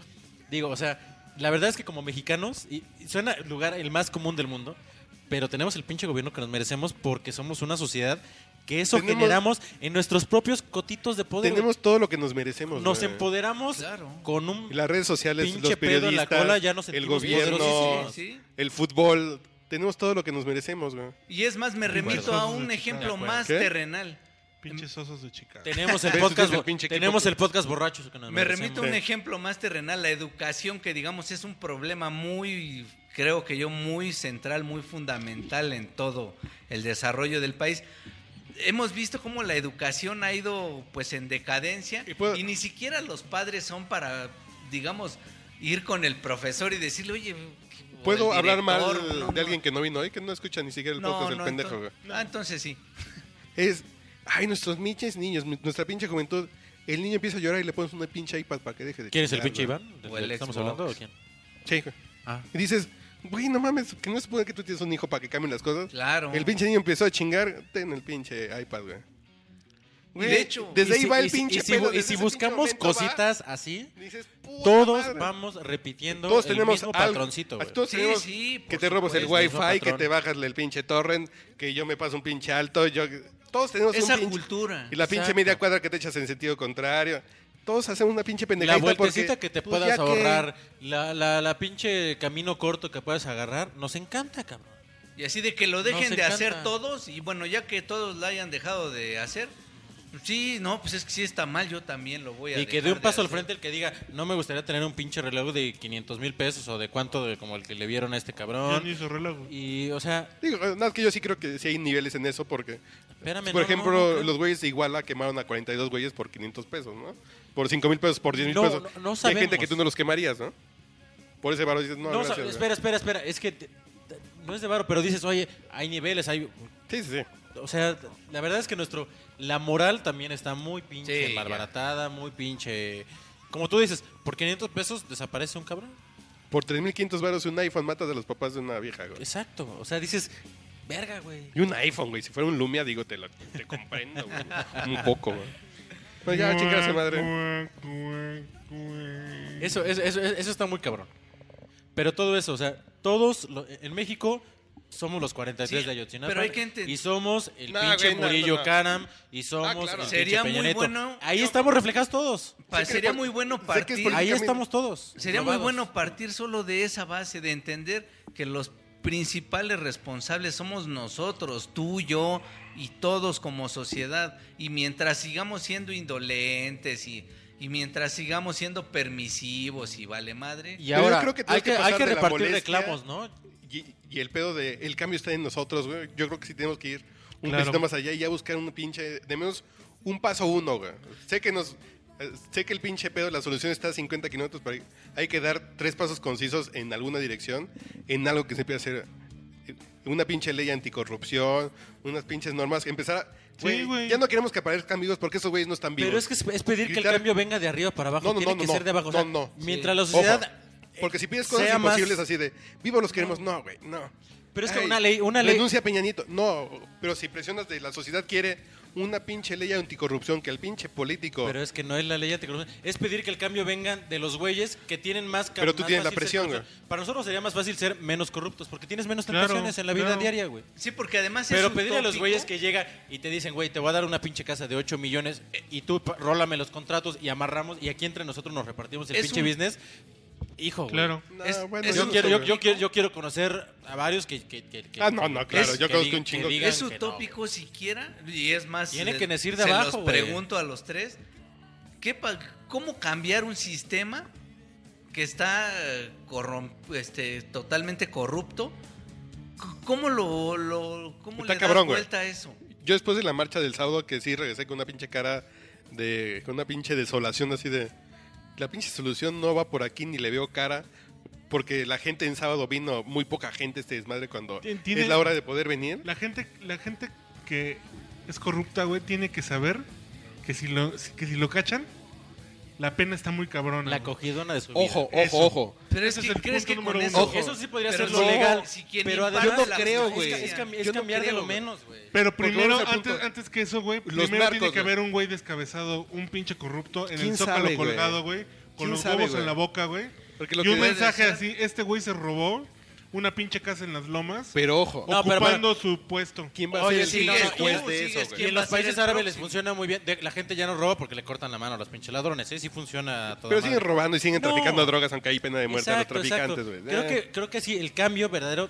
Speaker 2: digo, o sea, la verdad es que como mexicanos, y, y suena el lugar el más común del mundo, pero tenemos el pinche gobierno que nos merecemos porque somos una sociedad que eso
Speaker 4: Tenemos-
Speaker 2: generamos en nuestros propios cotitos de poder.
Speaker 4: Tenemos todo lo que nos
Speaker 2: güey.
Speaker 4: merecemos.
Speaker 2: nos
Speaker 4: güey.
Speaker 2: empoderamos
Speaker 3: Claro.
Speaker 2: con un...
Speaker 4: Las redes sociales,
Speaker 2: Pinche
Speaker 4: los
Speaker 2: pedo en la
Speaker 4: periodistas,
Speaker 2: cola, ya nos
Speaker 4: el
Speaker 2: sentimos
Speaker 4: gobierno,
Speaker 2: poderosísimos.
Speaker 3: Sí, sí.
Speaker 4: el fútbol. Tenemos todo lo que nos merecemos, güey.
Speaker 3: Y es más, me remito
Speaker 1: bueno.
Speaker 3: a un ejemplo
Speaker 2: acuerdo.
Speaker 3: más
Speaker 4: ¿Qué?
Speaker 3: terrenal.
Speaker 1: Pinches osos de Chicago.
Speaker 2: Tenemos el
Speaker 4: Ves,
Speaker 2: podcast,
Speaker 4: desde el
Speaker 2: bo-
Speaker 4: pinche equipo
Speaker 2: tenemos
Speaker 4: que-
Speaker 2: el podcast borrachos que nos
Speaker 3: Me
Speaker 2: merecemos.
Speaker 3: remito a un
Speaker 4: Sí.
Speaker 3: ejemplo más terrenal, la educación, que digamos es un problema muy creo que yo, muy central, muy fundamental en todo el desarrollo del país. Hemos visto cómo la educación ha ido pues en decadencia
Speaker 4: Y puedo-
Speaker 3: y ni siquiera los padres son para, digamos, ir con el profesor y decirle, oye, o
Speaker 4: ¿Puedo
Speaker 3: el
Speaker 4: hablar mal
Speaker 3: director, no,
Speaker 4: de
Speaker 3: no.
Speaker 4: alguien que no vino hoy? Que no escucha ni siquiera el podcast del
Speaker 3: no,
Speaker 4: pendejo,
Speaker 3: entonces-
Speaker 4: güey.
Speaker 3: Ah, entonces sí.
Speaker 4: Es, ay, nuestros pinches niños, mi- nuestra pinche juventud. El niño empieza a llorar y le pones una pinche iPad para que deje de
Speaker 2: ¿Quién es el
Speaker 4: chingar,
Speaker 2: pinche
Speaker 4: güey.
Speaker 2: Iván? ¿Del
Speaker 3: O el
Speaker 2: que estamos
Speaker 3: Xbox.
Speaker 2: hablando o quién?
Speaker 4: Sí, güey.
Speaker 2: Ah.
Speaker 4: Y dices, güey, no mames, que no se supone que tú tienes un hijo para que cambien las cosas.
Speaker 3: Claro.
Speaker 4: El pinche niño empezó a chingar, ten el pinche iPad, güey. Güey,
Speaker 3: de hecho-
Speaker 4: desde
Speaker 2: Y
Speaker 4: ahí
Speaker 2: si-
Speaker 4: va
Speaker 2: y
Speaker 4: el
Speaker 2: si-
Speaker 4: pinche
Speaker 2: Y si,
Speaker 4: pedo,
Speaker 2: bu- y
Speaker 4: desde
Speaker 2: si
Speaker 4: ese
Speaker 2: buscamos
Speaker 4: pinche momento va.
Speaker 2: cositas así,
Speaker 4: Dices, "Puta
Speaker 2: todos
Speaker 4: madre".
Speaker 2: vamos repitiendo
Speaker 4: Todos
Speaker 2: el
Speaker 4: tenemos
Speaker 2: mismo
Speaker 4: algo.
Speaker 2: patroncito, güey.
Speaker 4: Todos
Speaker 3: Sí,
Speaker 4: tenemos
Speaker 3: sí, por
Speaker 4: que te robas el
Speaker 2: supuesto, el mismo
Speaker 4: wifi, que
Speaker 2: patrón.
Speaker 4: te bajas el pinche torrent, que yo me paso un pinche alto, yo todos tenemos
Speaker 3: Esa
Speaker 4: un pinche-
Speaker 3: cultura.
Speaker 4: y la pinche
Speaker 2: Exacto.
Speaker 4: media cuadra que te echas en sentido contrario. Todos hacemos una pinche pendejada
Speaker 2: La vueltecita que te puedas ahorrar,
Speaker 4: pues, Que,
Speaker 2: la, la, la pinche camino corto que puedas agarrar, nos encanta, cabrón.
Speaker 3: Y así de que lo dejen
Speaker 2: Nos
Speaker 3: de
Speaker 2: encanta.
Speaker 3: hacer todos, y bueno, ya que todos la hayan dejado de hacer, pues sí, no, pues es que sí está mal, yo también lo voy a
Speaker 2: Y que
Speaker 3: dejar
Speaker 2: dé un
Speaker 3: de
Speaker 2: paso al
Speaker 3: hacer.
Speaker 2: frente el que diga, no me gustaría tener un pinche reloj de 500 mil pesos o de cuánto, de, como el que le vieron a este
Speaker 1: Ya
Speaker 2: cabrón.
Speaker 1: ni hizo reloj, güey.
Speaker 2: Y, o sea,
Speaker 4: digo, nada es que yo sí creo que sí hay niveles en eso porque
Speaker 2: espérame.
Speaker 4: por
Speaker 2: no, no,
Speaker 4: ejemplo,
Speaker 2: no, no.
Speaker 4: los güeyes de Iguala quemaron a 42 güeyes por 500 pesos, ¿no? Por 5 mil pesos, por 10 mil
Speaker 2: No,
Speaker 4: pesos.
Speaker 2: no- no
Speaker 4: Y hay gente
Speaker 2: sabemos.
Speaker 4: que tú no los quemarías, ¿no? Por ese valor dices, no,
Speaker 2: No, o sea,
Speaker 4: gracias, güey.
Speaker 2: espera, espera, espera. Es que te- te- no es de varo, pero dices, oye, hay niveles, hay.
Speaker 4: Sí, sí, sí.
Speaker 2: O sea, la verdad es que nuestro. La moral también está muy pinche
Speaker 3: Sí, ya.
Speaker 2: malbaratada, muy pinche. Como tú dices, por 500 pesos desaparece un cabrón.
Speaker 4: Por 3.500 varos un iPhone matas a los papás de una vieja, güey.
Speaker 2: Exacto. O sea, dices, verga, güey.
Speaker 4: Y un iPhone, güey. Si fuera un Lumia, digo, te, lo, te comprendo, güey. Un poco, güey. Pues ya, chingada su madre.
Speaker 2: Eso, eso, eso, eso está muy cabrón. Pero todo eso, o sea, todos lo- en México somos los 43
Speaker 3: Sí,
Speaker 2: de Ayotzinapa.
Speaker 3: pero hay que enten-
Speaker 2: Y somos el
Speaker 4: No,
Speaker 2: pinche
Speaker 4: güey, no,
Speaker 2: Murillo
Speaker 4: no, no.
Speaker 2: Karam. Y somos
Speaker 4: claro.
Speaker 2: el pinche
Speaker 3: Sería
Speaker 2: Peña
Speaker 3: muy
Speaker 2: Nieto.
Speaker 3: bueno-
Speaker 2: Ahí
Speaker 3: yo-
Speaker 2: estamos reflejados todos.
Speaker 3: Pa-
Speaker 4: Sé que
Speaker 3: sería
Speaker 4: por-
Speaker 3: muy bueno
Speaker 4: sé que es
Speaker 3: partir.
Speaker 4: por-
Speaker 2: Ahí
Speaker 4: camino-
Speaker 2: estamos todos.
Speaker 3: Sería muy
Speaker 2: englobados.
Speaker 3: bueno partir solo de esa base, de entender que los principales responsables somos nosotros, tú, yo y todos como sociedad. Y mientras sigamos siendo indolentes y, y mientras sigamos siendo permisivos y vale madre.
Speaker 2: Y
Speaker 4: Pero yo
Speaker 2: ahora
Speaker 4: creo que
Speaker 2: hay
Speaker 4: tenemos que
Speaker 2: que, hay
Speaker 4: pasar
Speaker 2: que
Speaker 4: de la
Speaker 2: repartir
Speaker 4: molestia-
Speaker 2: reclamos, ¿no?
Speaker 4: Y, y el pedo de el cambio está en nosotros, güey. Yo creo que sí tenemos que ir un
Speaker 2: Claro.
Speaker 4: pasito más allá y ya buscar un pinche, de menos un paso uno, güey. Sé que nos, eh, sé que el pinche pedo, la solución está a 50 kilómetros, pero hay- hay que dar tres pasos concisos en alguna dirección, en algo que se pueda hacer. eh, Una pinche ley anticorrupción, unas pinches normas, empezar a... güey,
Speaker 1: güey.
Speaker 4: Ya no queremos que aparezcan amigos porque esos güeyes no están vivos.
Speaker 2: Pero es que es, es pedir que
Speaker 4: Gritar-
Speaker 2: el cambio venga de arriba para abajo.
Speaker 4: No, no,
Speaker 2: Tiene
Speaker 4: no,
Speaker 2: que
Speaker 4: no,
Speaker 2: ser de abajo. O
Speaker 4: no,
Speaker 2: sea,
Speaker 4: no.
Speaker 2: Mientras la sociedad. eh,
Speaker 4: Ojo, porque si pides cosas
Speaker 2: sea más-
Speaker 4: imposibles así de vivos los queremos, no, güey, no.
Speaker 2: Pero es que una ley- una ley-
Speaker 4: Renuncia a Peñanito, no, pero si presionas de la sociedad quiere una pinche ley anticorrupción que el pinche político.
Speaker 2: Pero
Speaker 4: Pero,
Speaker 2: es que no es la ley anticorrupción. Es pedir que el cambio venga de los güeyes que tienen más ca-
Speaker 4: Pero tú
Speaker 2: más
Speaker 4: tienes la
Speaker 2: fácil ser
Speaker 4: presión,
Speaker 2: corruptos. Para nosotros sería más fácil ser menos corruptos porque tienes menos
Speaker 1: Claro,
Speaker 2: tentaciones en la vida
Speaker 1: claro.
Speaker 2: diaria, güey.
Speaker 3: Sí, porque además es
Speaker 2: Pero pedirle a los
Speaker 3: utópico.
Speaker 2: güeyes que llega y te dicen, güey, te voy a dar una pinche casa de 8 millones eh, y tú pa- rólame los contratos y amarramos y aquí entre nosotros nos repartimos el
Speaker 3: Es
Speaker 2: pinche
Speaker 3: un-
Speaker 2: business. Hijo, güey.
Speaker 1: Claro.
Speaker 3: es- es
Speaker 2: Yo
Speaker 3: un
Speaker 2: quiero, yo,
Speaker 3: utópico.
Speaker 2: yo quiero, yo quiero conocer a varios que... que- que- que-
Speaker 4: Ah, no, no, claro,
Speaker 2: que
Speaker 4: yo conozco
Speaker 2: digan-
Speaker 4: un chingo que-
Speaker 2: digan
Speaker 3: Es
Speaker 2: no,
Speaker 3: utópico siquiera, y es más...
Speaker 2: Tiene
Speaker 3: eh,
Speaker 2: que decir de
Speaker 3: se
Speaker 2: abajo,
Speaker 3: los
Speaker 2: güey.
Speaker 3: pregunto a los tres, ¿qué pa- ¿cómo cambiar un sistema que está eh, corrom- este, totalmente corrupto? C- ¿Cómo lo, lo cómo
Speaker 4: Está
Speaker 3: le das
Speaker 4: cabrón, güey.
Speaker 3: vuelta a eso?
Speaker 4: Yo después de la marcha del sábado que sí regresé con una pinche cara de con una pinche desolación así de la pinche solución no va por aquí ni le veo cara. Porque la gente en sábado vino, muy poca gente este desmadre cuando
Speaker 1: Tiene-
Speaker 4: es la hora de poder venir.
Speaker 1: La gente, la gente que es corrupta, güey, tiene que saber que si lo, que si lo cachan, la pena está muy cabrona.
Speaker 2: La
Speaker 1: güey.
Speaker 2: cogidona de su vida.
Speaker 4: Ojo, ojo, ojo.
Speaker 3: Pero es
Speaker 1: Ese
Speaker 3: que
Speaker 1: es el
Speaker 3: crees
Speaker 1: punto
Speaker 3: que
Speaker 1: número
Speaker 3: con
Speaker 1: uno.
Speaker 3: eso,
Speaker 1: Ojo.
Speaker 2: Eso sí podría
Speaker 3: Pero
Speaker 2: ser lo
Speaker 3: no,
Speaker 2: legal.
Speaker 3: si quien
Speaker 2: pero
Speaker 3: impacta
Speaker 2: además
Speaker 3: Yo no creo, güey.
Speaker 2: Es, es cam- es
Speaker 4: Yo no
Speaker 2: cambiar de
Speaker 4: creo,
Speaker 2: lo
Speaker 4: güey.
Speaker 2: menos, güey.
Speaker 1: Pero
Speaker 4: Porque
Speaker 1: primero,
Speaker 4: volvemos al
Speaker 1: antes,
Speaker 4: punto.
Speaker 1: antes que eso, güey,
Speaker 4: Los
Speaker 1: primero tiene
Speaker 4: narcos,
Speaker 1: que
Speaker 4: güey.
Speaker 1: haber un güey descabezado, un pinche corrupto en
Speaker 4: ¿Quién
Speaker 1: el zócalo
Speaker 4: sabe, güey?
Speaker 1: colgado, güey, con
Speaker 4: ¿Quién
Speaker 1: los
Speaker 4: sabe,
Speaker 1: huevos
Speaker 4: güey?
Speaker 1: en la boca, güey.
Speaker 4: Porque lo
Speaker 1: Y un
Speaker 4: que-
Speaker 1: mensaje
Speaker 3: Puede
Speaker 1: así, este güey se robó una pinche casa en las lomas,
Speaker 4: Pero ojo,
Speaker 2: No, pero-
Speaker 1: ocupando su puesto.
Speaker 4: ¿quién va a
Speaker 2: Oye,
Speaker 4: ser el
Speaker 2: sí,
Speaker 4: pinche
Speaker 2: no, no,
Speaker 4: juez
Speaker 2: tú
Speaker 4: de
Speaker 3: sigues
Speaker 4: eso,
Speaker 2: Y
Speaker 4: güey?
Speaker 3: quién
Speaker 2: en
Speaker 3: va a
Speaker 2: los
Speaker 3: ser
Speaker 2: países
Speaker 3: el
Speaker 2: árabes les
Speaker 3: próximo?
Speaker 2: funciona muy bien. De- la gente ya no roba porque le cortan la mano a los pinches ladrones. ¿eh? Sí funciona. a toda
Speaker 4: Pero siguen
Speaker 2: madre.
Speaker 4: robando y siguen
Speaker 2: No.
Speaker 4: traficando drogas, aunque hay pena de muerte
Speaker 2: Exacto,
Speaker 4: a los traficantes, güey.
Speaker 2: exacto. Creo,
Speaker 4: Eh,
Speaker 2: que, creo que sí, el cambio verdadero.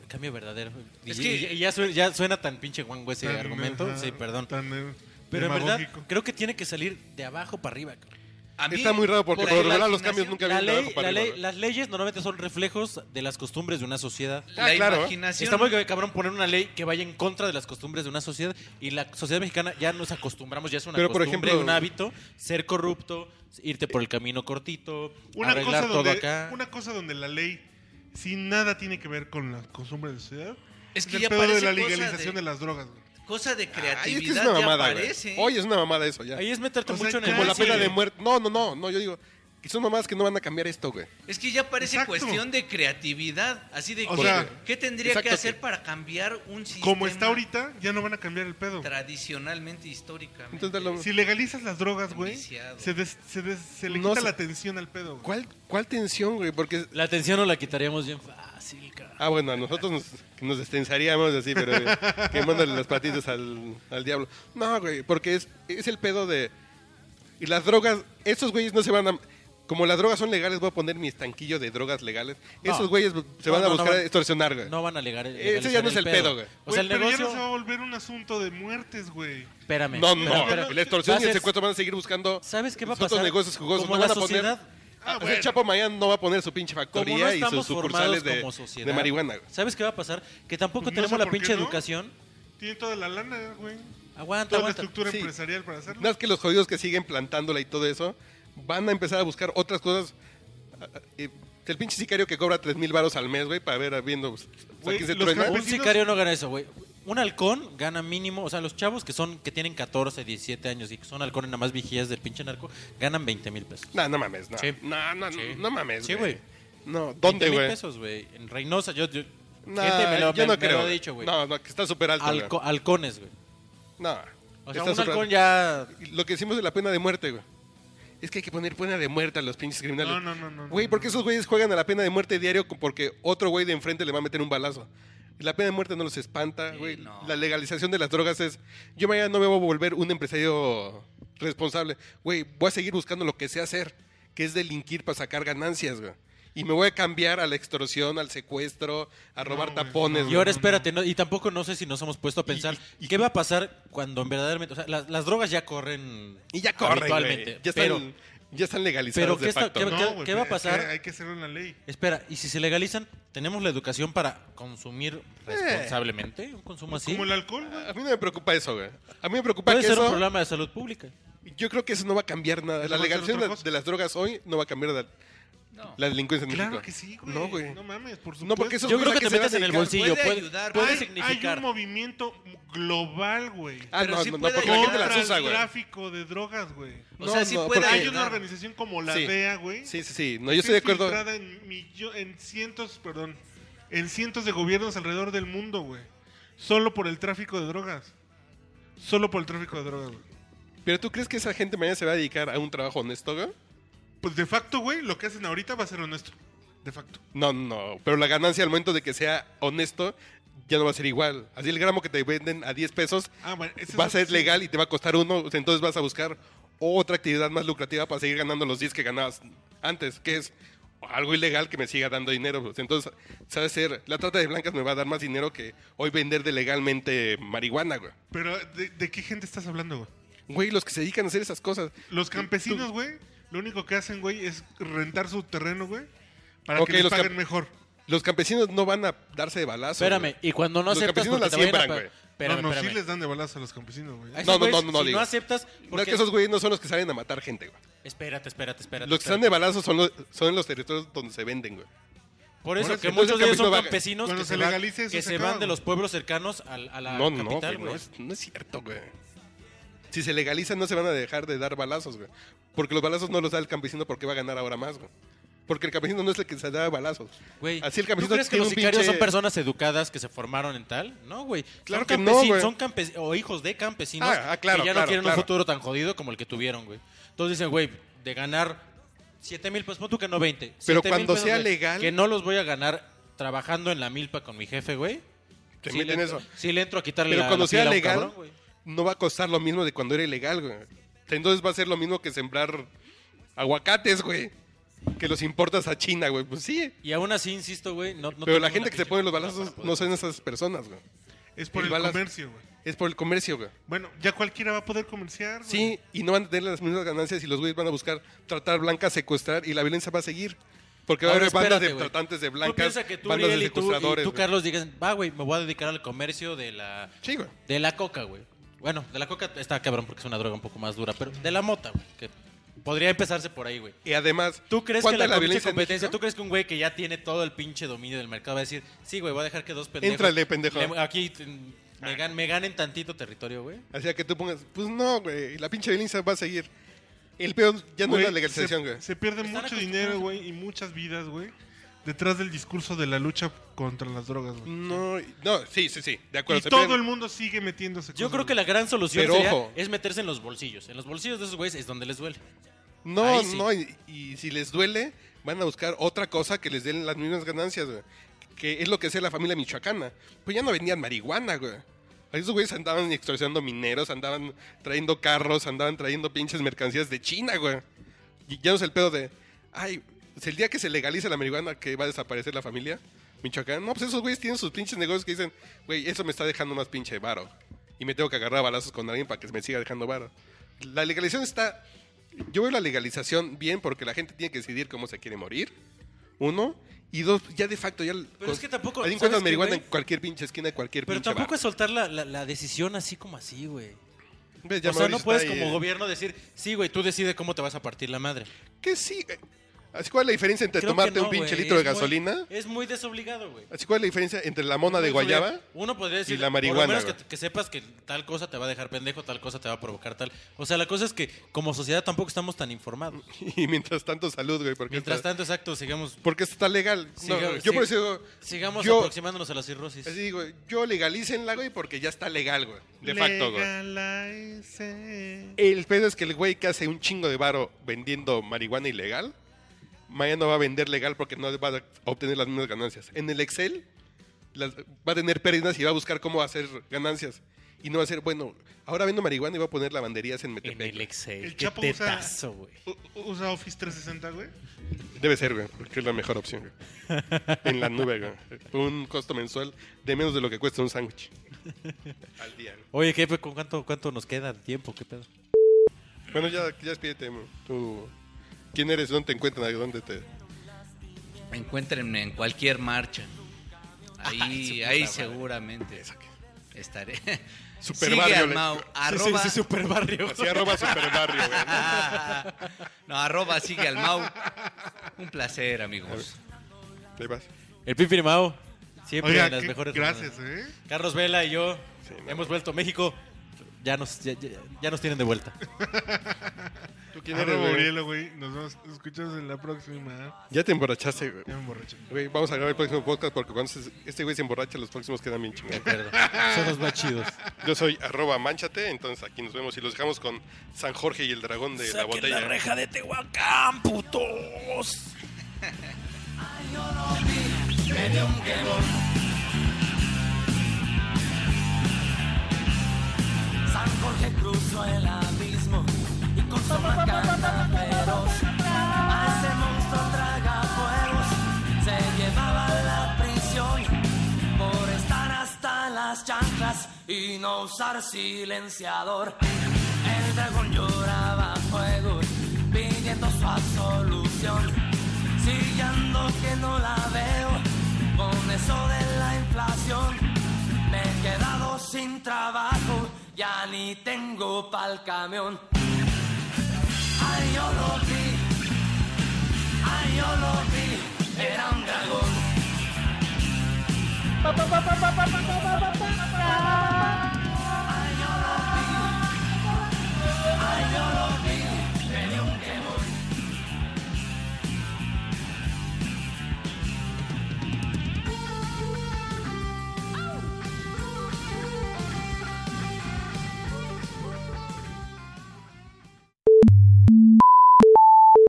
Speaker 2: el Cambio verdadero. Y,
Speaker 3: Es que-
Speaker 2: y- y ya, suena, ya suena tan pinche guango ese
Speaker 1: Tan,
Speaker 2: argumento.
Speaker 1: ajá,
Speaker 2: Sí, perdón.
Speaker 1: tan, eh,
Speaker 2: Pero en verdad,
Speaker 1: demagógico.
Speaker 2: creo que tiene que salir de abajo para arriba. cabrón.
Speaker 3: A mí-
Speaker 4: Está muy raro porque por lo
Speaker 3: la
Speaker 4: regular los
Speaker 3: imaginación-
Speaker 4: cambios nunca
Speaker 2: La
Speaker 4: vienen de
Speaker 2: ley-
Speaker 4: abajo para
Speaker 2: la
Speaker 4: arriba, ¿eh?
Speaker 2: ley-
Speaker 4: ¿no?
Speaker 2: las leyes normalmente son reflejos de las costumbres de una sociedad.
Speaker 3: La
Speaker 4: Ah, claro, ¿eh?
Speaker 3: imaginación.
Speaker 2: Está muy cabrón poner una ley que vaya en contra de las costumbres de una sociedad y la sociedad mexicana ya nos acostumbramos, ya es una
Speaker 4: Pero, por
Speaker 2: costumbre,
Speaker 4: ejemplo-
Speaker 2: un hábito, ser corrupto, irte por el camino cortito,
Speaker 1: Una
Speaker 2: arreglar
Speaker 1: cosa,
Speaker 2: todo
Speaker 1: donde,
Speaker 2: acá.
Speaker 1: una cosa donde la ley sin nada tiene que ver con la costumbre de la sociedad.
Speaker 3: Es que
Speaker 1: el
Speaker 3: ya
Speaker 1: pedo de
Speaker 3: parece
Speaker 1: la
Speaker 3: cosa
Speaker 1: legalización
Speaker 3: de-
Speaker 1: de, las drogas. güey.
Speaker 3: Cosa de creatividad
Speaker 4: Ay, es que es una mamada,
Speaker 3: ya ¿eh?
Speaker 4: güey.
Speaker 3: parece.
Speaker 4: Hoy es una mamada eso ya.
Speaker 2: Ahí es meterte
Speaker 1: O sea,
Speaker 2: mucho en el...
Speaker 4: Como la
Speaker 1: casi,
Speaker 4: pena de
Speaker 1: güey.
Speaker 4: muerte. No, no, no, no, yo digo, que son mamadas que no van a cambiar esto, güey.
Speaker 3: Es que ya parece
Speaker 1: Exacto.
Speaker 3: cuestión de creatividad. Así de,
Speaker 1: O
Speaker 3: ¿qué,
Speaker 1: sea,
Speaker 3: qué tendría
Speaker 4: exacto,
Speaker 3: que hacer
Speaker 4: que-
Speaker 3: para cambiar un sistema
Speaker 1: Como está ahorita, ya no van a cambiar el pedo.
Speaker 3: tradicionalmente, históricamente?
Speaker 4: Entonces, dale-
Speaker 1: Si legalizas las drogas, güey,
Speaker 3: Viciado.
Speaker 1: se, des- se des- se le
Speaker 4: No
Speaker 1: quita
Speaker 4: sé.
Speaker 1: la atención al pedo. güey.
Speaker 4: ¿Cuál, ¿Cuál tensión, güey? Porque.
Speaker 2: La atención no la quitaríamos bien fácil, cabrón.
Speaker 4: Ah, bueno, a nosotros nos, nos destensaríamos así, pero eh, que mándale las patitas al, al diablo. No, güey, porque es, es el pedo de. Y las drogas, esos güeyes no se van a. Como las drogas son legales, voy a poner mi estanquillo de drogas legales.
Speaker 2: No.
Speaker 4: Esos güeyes se
Speaker 2: No,
Speaker 4: van
Speaker 2: no,
Speaker 4: a
Speaker 2: no
Speaker 4: buscar
Speaker 2: van-
Speaker 4: extorsionar, güey.
Speaker 2: No van a legar.
Speaker 4: Ese ya no es el pedo, güey.
Speaker 2: O sea, el
Speaker 1: Güey, pero ya
Speaker 2: negocio.
Speaker 1: no se va a volver un asunto de muertes, güey.
Speaker 2: Espérame.
Speaker 4: No, no,
Speaker 2: espérame, espérame.
Speaker 4: la extorsión
Speaker 2: Va a
Speaker 4: y el
Speaker 2: ser-
Speaker 4: secuestro van a seguir buscando
Speaker 2: ¿Sabes qué va a
Speaker 4: otros
Speaker 2: pasar?
Speaker 4: negocios jugosos.
Speaker 2: Como
Speaker 4: no
Speaker 2: la
Speaker 4: van a poner,
Speaker 2: sociedad.
Speaker 1: Ah,
Speaker 4: O sea,
Speaker 1: bueno.
Speaker 4: Chapo Mayan no va a poner su pinche
Speaker 2: Como no
Speaker 4: factoría y sus
Speaker 2: estamos
Speaker 4: sucursales
Speaker 2: formados
Speaker 4: de,
Speaker 2: como
Speaker 4: de
Speaker 2: sociedad.
Speaker 4: marihuana. güey.
Speaker 2: ¿Sabes qué va a pasar? Que tampoco
Speaker 1: Pues no
Speaker 2: tenemos
Speaker 1: sé
Speaker 2: la
Speaker 1: por qué
Speaker 2: pinche
Speaker 1: no.
Speaker 2: educación.
Speaker 1: Tienen toda la lana, güey.
Speaker 2: Aguanta,
Speaker 1: Toda la
Speaker 2: aguanta.
Speaker 1: estructura
Speaker 4: Sí.
Speaker 1: empresarial para hacerlo.
Speaker 4: Nada más que los jodidos que siguen plantándola y todo eso van a empezar a buscar otras cosas. Ah, ah, eh, El pinche sicario que cobra 3 mil varos al mes, güey, para ver, viendo pues, a
Speaker 1: Güey,
Speaker 4: quién se
Speaker 1: los
Speaker 4: truena.
Speaker 2: Un
Speaker 1: campesinos-
Speaker 2: sicario no gana eso, güey. Un halcón gana mínimo, o sea, los chavos que son que tienen 14, 17 años y que son halcones nada más vigías del pinche narco, ganan 20 mil pesos.
Speaker 4: No, no mames, no.
Speaker 2: Sí.
Speaker 4: No, no,
Speaker 2: Sí.
Speaker 4: no mames,
Speaker 2: Sí, güey.
Speaker 4: No, ¿dónde,
Speaker 2: 20 mil
Speaker 4: güey?
Speaker 2: pesos, güey. En Reynosa, yo, yo,
Speaker 4: No,
Speaker 2: gente me lo,
Speaker 4: yo
Speaker 2: me-
Speaker 4: no
Speaker 2: me
Speaker 4: creo.
Speaker 2: lo ha
Speaker 4: güey.
Speaker 2: dicho, güey.
Speaker 4: No, no, que está súper alto. güey.
Speaker 2: Halco- halcones, güey.
Speaker 4: No.
Speaker 2: O sea,
Speaker 4: está
Speaker 2: un
Speaker 4: súper
Speaker 2: halcón
Speaker 4: alto.
Speaker 2: ya...
Speaker 4: Lo que decimos de la pena de muerte, güey. Es que hay que poner pena de muerte a los pinches criminales.
Speaker 1: No, no, no, no,
Speaker 4: Güey,
Speaker 1: no,
Speaker 4: porque
Speaker 1: no.
Speaker 4: esos güeyes juegan a la pena de muerte diario con- porque otro güey de enfrente le va a meter un balazo. Y La pena de muerte no los espanta,
Speaker 3: Sí,
Speaker 4: güey.
Speaker 3: no.
Speaker 4: La legalización de las drogas es. Yo mañana no me voy a volver un empresario responsable. Güey, voy a seguir buscando lo que sé hacer, que es delinquir para sacar ganancias, güey. Y me voy a cambiar a la extorsión, al secuestro, a robar
Speaker 1: güey,
Speaker 4: tapones,
Speaker 1: no.
Speaker 2: Y
Speaker 4: güey.
Speaker 2: ahora espérate, no- y tampoco no sé si nos hemos puesto a pensar qué va a pasar cuando en verdaderamente, o sea, las, las drogas ya corren
Speaker 4: Y ya corren,
Speaker 2: habitualmente,
Speaker 4: güey. Ya están,
Speaker 2: pero
Speaker 4: ya están legalizados
Speaker 2: pero
Speaker 4: de
Speaker 2: ¿qué está-
Speaker 4: facto.
Speaker 2: qué-
Speaker 1: No, güey,
Speaker 2: qué va a
Speaker 1: es
Speaker 2: pasar?
Speaker 1: que Hay que hacerlo en la ley.
Speaker 2: espera, y si se legalizan, tenemos la educación para consumir
Speaker 4: Eh.
Speaker 2: responsablemente un consumo así.
Speaker 1: Como el alcohol, güey.
Speaker 4: A mí no me preocupa eso, güey. A mí me preocupa
Speaker 2: Puede
Speaker 4: que
Speaker 2: ser un
Speaker 4: eso...
Speaker 2: problema de salud pública.
Speaker 4: Yo creo que eso no va a cambiar nada.
Speaker 1: Eso va
Speaker 4: La
Speaker 1: a ser
Speaker 4: legalización
Speaker 1: otra
Speaker 4: de,
Speaker 1: cosa.
Speaker 4: de las drogas hoy no va a cambiar la,
Speaker 3: No.
Speaker 4: la delincuencia en
Speaker 1: Claro
Speaker 4: México.
Speaker 1: que sí, güey.
Speaker 4: No, güey.
Speaker 1: No mames, por supuesto.
Speaker 4: No, porque esos
Speaker 2: Yo creo
Speaker 4: güeyes a
Speaker 2: que
Speaker 4: qué
Speaker 2: te
Speaker 4: se van
Speaker 2: metes
Speaker 4: a
Speaker 2: en el bolsillo,
Speaker 4: dedicar?
Speaker 3: Puede
Speaker 2: puede,
Speaker 3: ayudar,
Speaker 2: puede
Speaker 3: güey.
Speaker 1: hay, hay
Speaker 2: significar.
Speaker 1: un movimiento global, güey.
Speaker 4: Ah,
Speaker 3: Pero
Speaker 4: no,
Speaker 3: sí
Speaker 4: no, no,
Speaker 3: puede
Speaker 4: porque la gente
Speaker 1: contra
Speaker 4: las
Speaker 3: ayudar
Speaker 1: el
Speaker 4: usa, güey.
Speaker 1: tráfico de drogas, güey.
Speaker 3: O
Speaker 4: No,
Speaker 3: sea, sí
Speaker 4: no,
Speaker 3: puede
Speaker 4: porque-
Speaker 1: Hay
Speaker 3: ayudar.
Speaker 1: una organización como la
Speaker 4: Sí.
Speaker 1: DEA, güey.
Speaker 4: Sí, sí, sí. No, yo estoy de acuerdo.
Speaker 1: infiltrada en, millo- en cientos, perdón, en cientos de gobiernos alrededor del mundo, güey. Solo por el tráfico de drogas. Solo por el tráfico de drogas, güey.
Speaker 4: Pero ¿tú crees que esa gente mañana se va a dedicar a un trabajo honesto, güey?
Speaker 1: Pues de facto, güey, lo que hacen ahorita va a ser honesto. De facto.
Speaker 4: No, no. Pero la ganancia al momento de que sea honesto ya no va a ser igual. Así el gramo que te venden a 10 pesos
Speaker 1: Ah, bueno, ese es
Speaker 4: va a
Speaker 1: otro-
Speaker 4: ser
Speaker 1: sí.
Speaker 4: legal y te va a costar uno. o sea, Entonces vas a buscar otra actividad más lucrativa para seguir ganando los 10 que ganabas antes, que es algo ilegal que me siga dando dinero. pues. Entonces, ¿sabes ser? La trata de blancas me va a dar más dinero que hoy vender de legalmente marihuana, güey.
Speaker 1: Pero, ¿de, de qué gente estás hablando, güey?
Speaker 4: Güey, los que se dedican a hacer esas cosas.
Speaker 1: Los campesinos, güey, lo único que hacen, güey, es rentar su terreno, güey, para
Speaker 4: Ok,
Speaker 1: que les
Speaker 4: los
Speaker 1: paguen
Speaker 4: camp-
Speaker 1: mejor.
Speaker 4: Los campesinos no van a darse de balazo.
Speaker 2: Espérame,
Speaker 4: güey.
Speaker 2: y cuando no
Speaker 4: Los
Speaker 2: aceptas
Speaker 4: campesinos
Speaker 2: porque
Speaker 4: la
Speaker 2: te vayan a
Speaker 4: siembran,
Speaker 2: pa-
Speaker 4: güey.
Speaker 2: espérame,
Speaker 1: no, no,
Speaker 2: espérame.
Speaker 1: sí les dan de balazo a los campesinos, güey.
Speaker 2: A esos
Speaker 4: No, no,
Speaker 2: güeyes,
Speaker 4: no, no,
Speaker 2: si
Speaker 4: digo.
Speaker 2: no aceptas
Speaker 4: No es
Speaker 2: porque-
Speaker 4: que esos güeyes no son los que salen a matar gente, güey.
Speaker 2: Espérate, espérate, espérate.
Speaker 4: Los que están de balazo son, los, son en los territorios donde se venden, güey.
Speaker 2: Por eso,
Speaker 4: Por eso,
Speaker 2: que
Speaker 4: entonces
Speaker 2: muchos
Speaker 4: el
Speaker 2: de ellos
Speaker 4: campesino
Speaker 2: son
Speaker 4: va a-
Speaker 2: campesinos
Speaker 1: Cuando
Speaker 2: que
Speaker 1: se
Speaker 2: se, van-
Speaker 1: legalice eso
Speaker 2: que
Speaker 1: se
Speaker 2: se
Speaker 1: acaba,
Speaker 2: van de
Speaker 1: güey.
Speaker 2: los pueblos cercanos al- a la
Speaker 4: No, no,
Speaker 2: Ah, capital,
Speaker 4: güey, no,
Speaker 2: güey.
Speaker 4: es, no es cierto, güey. Si se legaliza, no se van a dejar de dar balazos, güey. Porque los balazos no los da el campesino porque va a ganar ahora más, güey. Porque el campesino no es el que se da balazos.
Speaker 2: Güey,
Speaker 4: Así el
Speaker 2: ¿tú
Speaker 4: campesino
Speaker 2: crees que
Speaker 4: tiene
Speaker 2: los
Speaker 4: un
Speaker 2: sicarios
Speaker 4: pinche-
Speaker 2: son personas educadas que se formaron en tal? No, güey. Son
Speaker 4: Claro que no,
Speaker 2: campesi-
Speaker 4: güey.
Speaker 2: Son campesinos o hijos de campesinos
Speaker 4: Ah, ah, claro,
Speaker 2: que ya no
Speaker 4: claro,
Speaker 2: quieren
Speaker 4: claro.
Speaker 2: un futuro tan jodido como el que tuvieron, güey. Entonces dicen, güey, de ganar 7 mil pesos, pon tú que no 20.
Speaker 4: Pero
Speaker 2: 7,000
Speaker 4: cuando
Speaker 2: pesos
Speaker 4: sea
Speaker 2: de-
Speaker 4: legal-
Speaker 2: Que no los voy a ganar trabajando en la milpa con mi jefe, güey.
Speaker 4: Te
Speaker 2: Sí
Speaker 4: meten
Speaker 2: le-
Speaker 4: eso.
Speaker 2: Sí le entro a quitarle
Speaker 4: Pero
Speaker 2: la-
Speaker 4: cuando
Speaker 2: la
Speaker 4: sea
Speaker 2: pila a un
Speaker 4: legal,
Speaker 2: cabrón, güey.
Speaker 4: no va a costar lo mismo de cuando era ilegal, güey. Entonces va a ser lo mismo que sembrar aguacates, güey. Que los importas a China, güey. Pues sí.
Speaker 2: Y aún así, insisto, güey, no, no
Speaker 4: Pero
Speaker 2: tenemos
Speaker 4: la gente
Speaker 2: una
Speaker 4: que se
Speaker 2: pinche
Speaker 4: pone los
Speaker 2: cultura
Speaker 4: balazos
Speaker 2: para
Speaker 4: no
Speaker 2: poder-
Speaker 4: son esas personas, güey.
Speaker 1: Es por
Speaker 4: El
Speaker 1: el
Speaker 4: balazo.
Speaker 1: comercio, güey.
Speaker 4: Es por el comercio, güey.
Speaker 1: Bueno, ya cualquiera va a poder comerciar. güey.
Speaker 4: Sí, y no van a tener las mismas ganancias y los güeyes van a buscar tratar blancas, secuestrar y la violencia va a seguir. Porque va a
Speaker 2: Ahora,
Speaker 4: haber bandas
Speaker 2: espérate,
Speaker 4: de
Speaker 2: güey.
Speaker 4: tratantes de
Speaker 2: ¿Tú
Speaker 4: blancas,
Speaker 2: piensas que tú,
Speaker 4: bandas de
Speaker 2: Uriel, y tú, y
Speaker 4: secuestradores.
Speaker 2: tú
Speaker 4: güey.
Speaker 2: Carlos, digan, va, güey, me voy a dedicar al comercio de la,
Speaker 4: Sí, güey.
Speaker 2: de la coca, güey. Bueno, de la coca está cabrón porque es una droga un poco más dura, pero de la mota, güey, que podría empezarse por ahí, güey.
Speaker 4: Y además,
Speaker 2: ¿Tú crees que
Speaker 4: ¿cuánta
Speaker 2: la,
Speaker 4: es
Speaker 2: pinche
Speaker 4: en
Speaker 2: competencia, tú
Speaker 4: México?
Speaker 2: crees que un güey que ya tiene todo el pinche dominio del mercado va a decir, sí, güey, voy a dejar que dos pendejos...
Speaker 4: Éntrale, pendejo.
Speaker 2: le- aquí t- me, gan- me ganen tantito territorio, güey.
Speaker 4: Así que tú pongas, pues no, güey, la pinche violencia va a seguir. El peor ya no
Speaker 1: Güey,
Speaker 4: es la legalización,
Speaker 1: se-
Speaker 4: güey.
Speaker 1: Se pierde
Speaker 2: Están
Speaker 1: mucho
Speaker 2: acostumbrados
Speaker 1: dinero,
Speaker 2: a-
Speaker 1: güey, y muchas vidas, güey, detrás del discurso de la lucha contra las drogas, güey.
Speaker 4: No, no, sí, sí, sí, de acuerdo.
Speaker 1: y
Speaker 4: se
Speaker 1: todo
Speaker 4: pierden.
Speaker 1: el mundo sigue metiéndose.
Speaker 2: Yo
Speaker 1: cosas,
Speaker 2: creo que la gran solución
Speaker 4: Pues Pero
Speaker 2: sería
Speaker 4: ojo.
Speaker 2: es meterse en los bolsillos. En los bolsillos de esos güeyes es donde les duele.
Speaker 4: No,
Speaker 2: Ahí sí.
Speaker 4: no, y, y si les duele, van a buscar otra cosa que les den las mismas ganancias, güey. Que es lo que hacía la familia michoacana. Pues ya no vendían marihuana, güey. A Esos güeyes andaban extorsionando mineros, andaban trayendo carros, andaban trayendo pinches mercancías de China, güey. Y ya no es el pedo de, ay, pues el día que se legalice la marihuana que va a desaparecer la familia michoacana. No, pues esos güeyes tienen sus pinches negocios que dicen, güey, eso me está dejando más pinche varo. Y me tengo que agarrar a balazos con alguien para que me siga dejando varo. La legalización está yo veo la legalización bien porque la gente tiene que decidir cómo se quiere morir. Uno. Y dos, ya de facto, ya.
Speaker 2: es que tampoco-
Speaker 4: Ahí
Speaker 2: ¿sabes
Speaker 4: encuentras
Speaker 2: qué,
Speaker 4: marihuana en
Speaker 2: güey?
Speaker 4: cualquier pinche esquina, de cualquier
Speaker 2: Pero
Speaker 4: pinche
Speaker 2: tampoco es soltar la, la- la decisión así como así, güey.
Speaker 4: es. ¿Ves? Pues, Ya
Speaker 2: O sea, no
Speaker 4: Mauricio
Speaker 2: puedes
Speaker 4: está ahí,
Speaker 2: como
Speaker 4: eh.
Speaker 2: gobierno decir, sí, güey, tú decides cómo te vas a partir la madre.
Speaker 4: Que sí. eh. Así cuál es la diferencia entre
Speaker 2: Creo que
Speaker 4: tomarte
Speaker 2: no,
Speaker 4: un pinche
Speaker 2: güey,
Speaker 4: litro de
Speaker 2: es muy-
Speaker 4: gasolina.
Speaker 2: es muy desobligado, güey.
Speaker 4: Así cuál es la diferencia entre la mona de guayaba.
Speaker 2: Uno podría decir,
Speaker 4: y la
Speaker 2: por
Speaker 4: marihuana,
Speaker 2: lo menos
Speaker 4: güey.
Speaker 2: que, que sepas que tal cosa te va a dejar pendejo, tal cosa te va a provocar tal. O sea, la cosa es que como sociedad tampoco estamos tan informados.
Speaker 4: Y mientras tanto, salud, güey. Porque
Speaker 2: Mientras
Speaker 4: está,
Speaker 2: tanto, exacto, sigamos,
Speaker 4: Porque esto está legal. No,
Speaker 2: Siga-
Speaker 4: yo por eso digo.
Speaker 2: sigamos
Speaker 4: yo,
Speaker 2: aproximándonos a la cirrosis.
Speaker 4: así digo, yo legalícenla, güey, porque ya está legal, güey. De facto, güey.
Speaker 1: Legalice.
Speaker 4: El pedo es que el güey que hace un chingo de varo vendiendo marihuana ilegal, mañana va a vender legal porque no va a obtener las mismas ganancias. En el Excel las- va a tener pérdidas y va a buscar cómo hacer ganancias. Y no va a ser, bueno, ahora vendo marihuana y voy a poner lavanderías en
Speaker 2: En
Speaker 4: Metepec.
Speaker 2: el Excel.
Speaker 1: El
Speaker 2: qué
Speaker 1: Chapo usa-
Speaker 2: tetazo, güey.
Speaker 1: U- Usa Office 360, güey.
Speaker 4: Debe ser, güey, porque es la mejor opción, güey. En la nube, güey. Por Un costo mensual de menos de lo que cuesta un sándwich. Al día, güey.
Speaker 2: Oye, ¿qué, pues, ¿con cuánto, cuánto nos queda de tiempo? ¿Qué pedo?
Speaker 4: Bueno, ya, ya despídete, güey. tú. ¿Quién eres? ¿Dónde te encuentran? ¿Dónde te...?
Speaker 3: Encuéntrenme en cualquier marcha. Ahí,
Speaker 2: su puta
Speaker 3: ahí
Speaker 2: madre.
Speaker 3: seguramente estaré.
Speaker 4: Super
Speaker 3: Sigue
Speaker 4: barrio,
Speaker 3: al
Speaker 4: le-
Speaker 3: Mau,
Speaker 4: Sí,
Speaker 3: arroba,
Speaker 2: super barrio.
Speaker 4: Así arroba superbarrio, güey. ¿no?
Speaker 3: Ah, no, arroba sigue al Mau. Un placer, amigos.
Speaker 4: Ahí vas.
Speaker 2: El Pipirimao. Siempre
Speaker 1: Oiga,
Speaker 2: en las
Speaker 1: qué-
Speaker 2: mejores.
Speaker 1: gracias, ¿eh?
Speaker 2: Carlos Vela y yo
Speaker 4: Sí, no.
Speaker 2: hemos vuelto a México. Ya nos, ya- ya- ya nos tienen de vuelta.
Speaker 4: ¿Tú quién eres,
Speaker 1: Arroba
Speaker 4: güey?
Speaker 1: Urielo, güey. Nos vemos. Escuchamos en la próxima.
Speaker 4: Ya te emborrachaste, güey.
Speaker 1: Ya me emborraché.
Speaker 4: Güey, Vamos a grabar el próximo podcast porque cuando se- este güey se emborracha, los próximos quedan bien chingados.
Speaker 2: Son los más chidos.
Speaker 4: Yo soy arroba manchate, entonces aquí nos vemos y los dejamos con San Jorge y el dragón de la botella.
Speaker 2: de Tehuacán, putos.
Speaker 7: San Jorge cruzó el abismo y con su macana feroz a ese monstruo traga fuegos se llevaba a la prisión por estar hasta las chanclas y no usar silenciador. El dragón lloraba fuego pidiendo su absolución, siguiendo que no la veo con eso de la inflación. Me he quedado sin trabajo, ya ni tengo pa'l camión. Ay, yo lo vi, ay, yo lo vi, era un dragón.